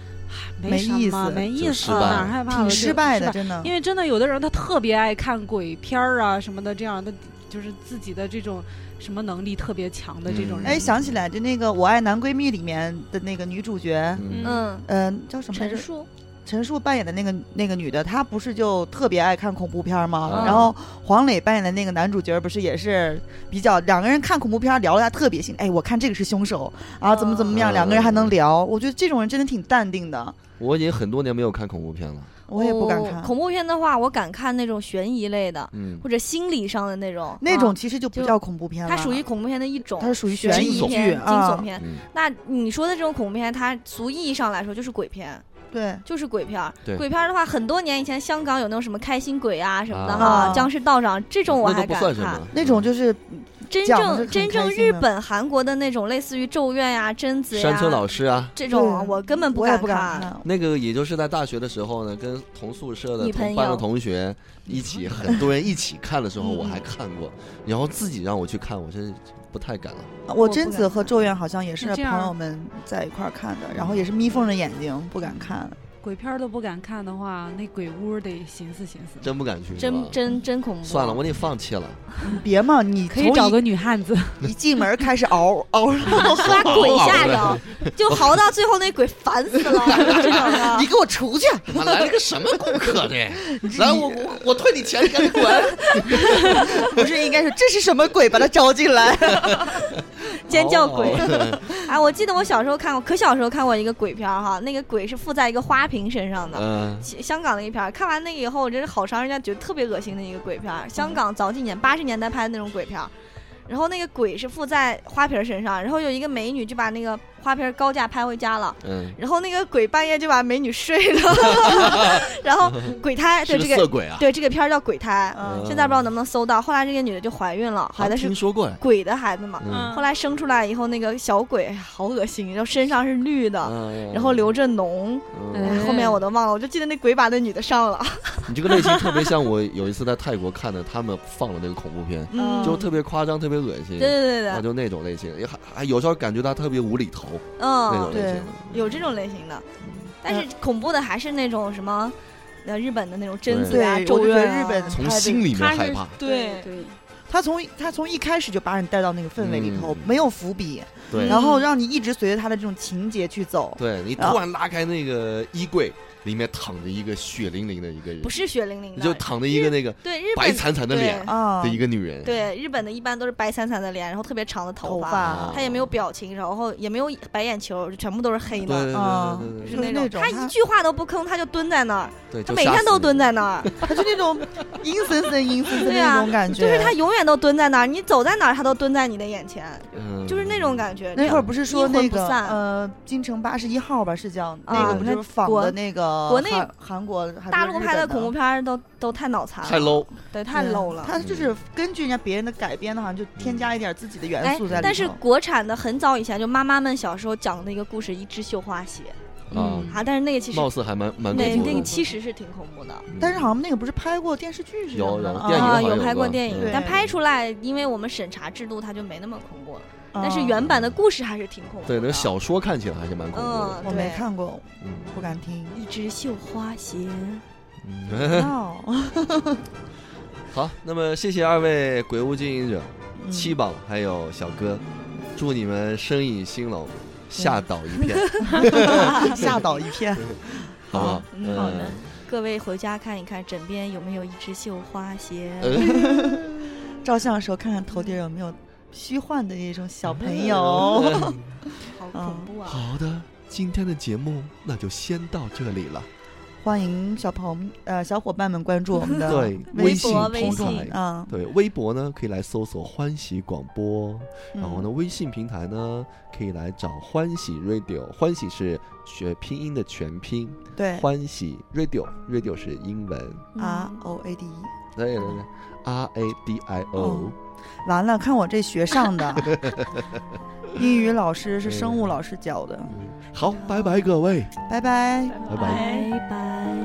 G: 唉
B: 没
G: 什
B: 意
G: 么，
B: 思
G: 没意
D: 就
G: 思，
D: 失败
G: 哪
D: 了
G: 儿害怕
B: 挺
G: 了，
B: 失
G: 就
B: 败的，。真的。
G: 因为真的有的人他特别爱看鬼片儿啊什么的，这样的就是自己的这种什么能力特别强的这种人。
B: 哎，想起来，就那个《我爱男闺蜜》里面的那个女主角，
D: 嗯
E: 嗯，
B: 嗯、叫什么来
E: 陈
B: 着？
E: 述
B: 陈数扮演的那个那个女的，她不是就特别爱看恐怖片吗？
D: 啊
B: 然后黄磊扮演的那个男主角不是也是比较两个人看恐怖片聊了一下特别兴，哎，我看这个是凶手啊，怎么怎么样，
D: 嗯
B: 两个人还能聊。我觉得这种人真的挺淡定的，
D: 我已经很多年没有看恐怖片了。
B: 我也不敢
E: 哦
B: 看。
E: 恐怖片的话，我敢看那种悬疑类的
D: 嗯，
E: 或者心理上的那种。
B: 那种
E: 啊
B: 其实就不
E: 就
B: 叫恐怖片了，
E: 它属于恐怖片的一种，
B: 它是属于
E: 悬
B: 悬
D: 疑
E: 疑
D: 剧
E: 片、惊
B: 啊
E: 悚片。
D: 嗯
E: 那你说的这种恐怖片，它俗意义上来说就是鬼片，
B: 对。
E: 就是鬼片儿
D: 对。
E: 鬼片儿的话，很多年以前香港有那种什么开心鬼啊什么的哈，
B: 啊
E: 僵尸道长这种我
D: 那
E: 还
D: 都不
E: 敢
D: 算什
E: 看
D: 么。，嗯
B: 那种就是
E: 真
B: 讲
E: 正
B: 的是很
E: 真正
B: 开心
E: 日
B: 的
E: 本、韩国的那种，类似于《咒怨》呀、贞子
D: 山
E: 呀
D: 村老师啊，
E: 这
B: 对
E: 种，我根本
B: 我也
E: 敢
B: 不敢看。
D: 那个也就是在大学的时候呢，跟同宿舍的
E: 女朋
D: 同
E: 友
D: 班的同学一起，很多人一起看的时候，
B: 嗯
D: 我还看过。然后自己让我去看，我真是不太敢了。
B: 我
E: 不
B: 贞
E: 敢
B: 子和
E: 看
B: 咒怨好像也是
G: 那这样
B: 朋友们在一块儿看的，然后也是眯缝着眼睛不敢看。
G: 鬼片儿都不敢看的话，那鬼屋得寻思寻思。
D: 真不敢去。是吧
E: 真真真恐怖。哦
D: 算了，我得放弃了。
B: 别嘛，你
G: 可以
B: 从
G: 找
B: 一
G: 个女汉子，
B: 一进门开始 嗷嗷，
E: 把鬼吓着， 就嚎到最后那鬼烦死了，我知道吗
B: 你？给我出 去！
D: 他妈来了个什么顾客呢？来，我我我退你钱，你赶紧 滚！
B: 不是应该说这是什么鬼，把他招进来？
E: 尖叫鬼
D: 哦
E: 哎，我记得我小时候看过，可小时候看过一个鬼片儿哈，那个鬼是附在一个花瓶身上的。
D: 嗯，
E: 其香港的一片儿，看完那个以后，我真是好长时间觉得特别恶心的一个鬼片儿。香港早几年八十年代拍的那种鬼片儿，然后那个鬼是附在花瓶儿身上，然后有一个美女就把那个花瓶儿高价拍回家了，
D: 嗯，
E: 然后那个鬼半夜就把美女睡 了，然后鬼胎 对
D: 是
E: 这
D: 个色
E: 个
D: 鬼啊。
E: 对这个片儿叫鬼胎，
B: 嗯
E: 现在不知道能不能搜到。后来这个女的就怀孕了，
D: 好
E: 怀
D: 像
E: 的是
D: 听说过呀。
E: 鬼的孩子嘛。
D: 嗯
E: 后来生出来以后，那个小鬼哎呀好恶心，然后身上是绿的，
D: 嗯
E: 然后流着脓，
D: 嗯
E: 哎后面我都忘了，我就记得那鬼把那女的上了。
D: 你这个类型特别像我有一次在泰国看的，他们放了那个恐怖片，
E: 嗯
D: 就特别夸张，特别恶
E: 对。对
D: 心
E: 对
D: 啊，
E: 对对，
D: 就那种类型，也还还有时候感觉到特别无厘头那种嗯
E: 嗯，
D: 类
B: 对
D: 型的。
E: 有这种类型的，但是恐怖的还是那种什么，呃，日本的那种贞子啊、
B: 对，我
E: 咒
B: 就觉得
E: 怨啊
B: 日本
D: 从
B: 拍的
D: 心里面
F: 他
D: 害
F: 是
D: 怕，
E: 对嗯
F: 对
B: 他从他从一开始就把你带到那个氛围里头，
D: 嗯
B: 没有伏笔，
D: 对
B: 然后让你一直随着他的这种情节去走。
D: 对你
E: 哦
B: 然
D: 突
B: 后
D: 然拉开那个衣柜，里面躺着一个血淋淋的一个人
E: 不，是血淋淋
D: 你就
E: 的，
D: 躺着一个那个
E: 对日
D: 白
E: 本
D: 惨惨的
E: 对哦
D: 脸
B: 啊
D: 的，一个女人，
E: 对日本的一般都是白惨惨的脸，然后特别长的头
B: 头
E: 发，
B: 发
E: 啊他也没有表情，然后也没有白眼球，就全部都是黑
D: 对
E: 的。
D: 对
B: 啊
D: 对对
E: 就是
D: 对
B: 就是
E: 那
B: 那种
E: 他
B: 他
E: 一句话都不吭，他就蹲在那儿，
D: 对，
E: 嗯他
D: 就
E: 每
D: 吓
E: 天
D: 死
E: 都
D: 你
E: 蹲在那儿，
B: 他就那 种阴森森、阴森森的
E: 对啊
B: 那种感觉。
E: 就是他永远都蹲在那儿，你走在哪儿他都蹲在你的眼前，
D: 嗯
E: 就是那种感觉。
B: 那会儿不是说
E: 阴魂
B: 那
E: 不
B: 个
E: 散啊
B: 呃，京城八十一号吧是叫那个不是
E: 那
B: 仿
E: 国
B: 的那个
E: 国内
B: 韩韩国还不是
E: 大陆
B: 日
E: 拍的
B: 本
E: 恐怖片儿都都太脑残了，
D: 太 low，
E: 对，太
B: 对啊
E: low 了。
B: 他
D: 嗯
B: 就是根据人家别人的改编的，好像就添加一点自己的元
E: 哎
B: 素在里头。，
E: 但是国产的很早以前就妈妈们小时候讲的一个故事《一只绣花鞋
D: 啊，
G: 嗯》
E: 啊，但是那个其实
D: 貌似还蛮蛮
E: 那那
D: 恐怖
E: 个
D: 的。嗯
E: 其实是挺恐怖的
B: 但是好像那个不是拍过电视剧是
D: 有
B: 什么的
D: 有电影
B: 啊
D: 好像
E: 有
D: 有
E: 拍
D: 过
E: 过电影
D: 对，
E: 但拍出来因为我们审查制度，它就没那么恐怖了。
B: 啊
E: 但是原版的故事还是挺恐怖的。
D: 对，那个小说看起来还是蛮恐怖的。
E: 嗯
B: 我没看过，
D: 嗯
B: 不敢听。
E: 一只绣花鞋，
D: 嗯 好，那么谢谢二位鬼屋经营者
B: 嗯
E: 嗯
D: 七 宝还有小哥，祝你们生意兴隆，吓倒一片，
B: 嗯吓倒一片。
D: 好不好？
E: 嗯好的
D: 嗯
E: 各位回家看一看枕边有没有一只绣花鞋。
D: 呃
B: 照相的时候看看头顶有没有虚幻的那种小朋
D: 嗯
B: 友。
E: 好
B: 嗯
E: 恐怖啊！
D: 好的，今天的节目那就先到这里了。
B: 欢迎小朋呃小伙伴们关注我们的
D: 对，
B: 微
D: 信
E: 博嗯微
D: 平
E: 信
D: 台，
B: 啊，
D: 对，微博呢可以来搜索“欢喜广播”，
B: 嗯
D: 然后呢，微信平台呢可以来找欢喜 radio，欢喜是学拼音的全拼，
B: 对
D: 欢喜 radio，radio 是英文，
B: R
E: 嗯
B: O A D E。
D: 对对对，R A D I O，
B: 哦完了，看我这学上的， 英语老师是生物老师教的，
D: 嗯好，拜拜各位，
B: 拜拜。
D: 拜拜。
E: 拜拜。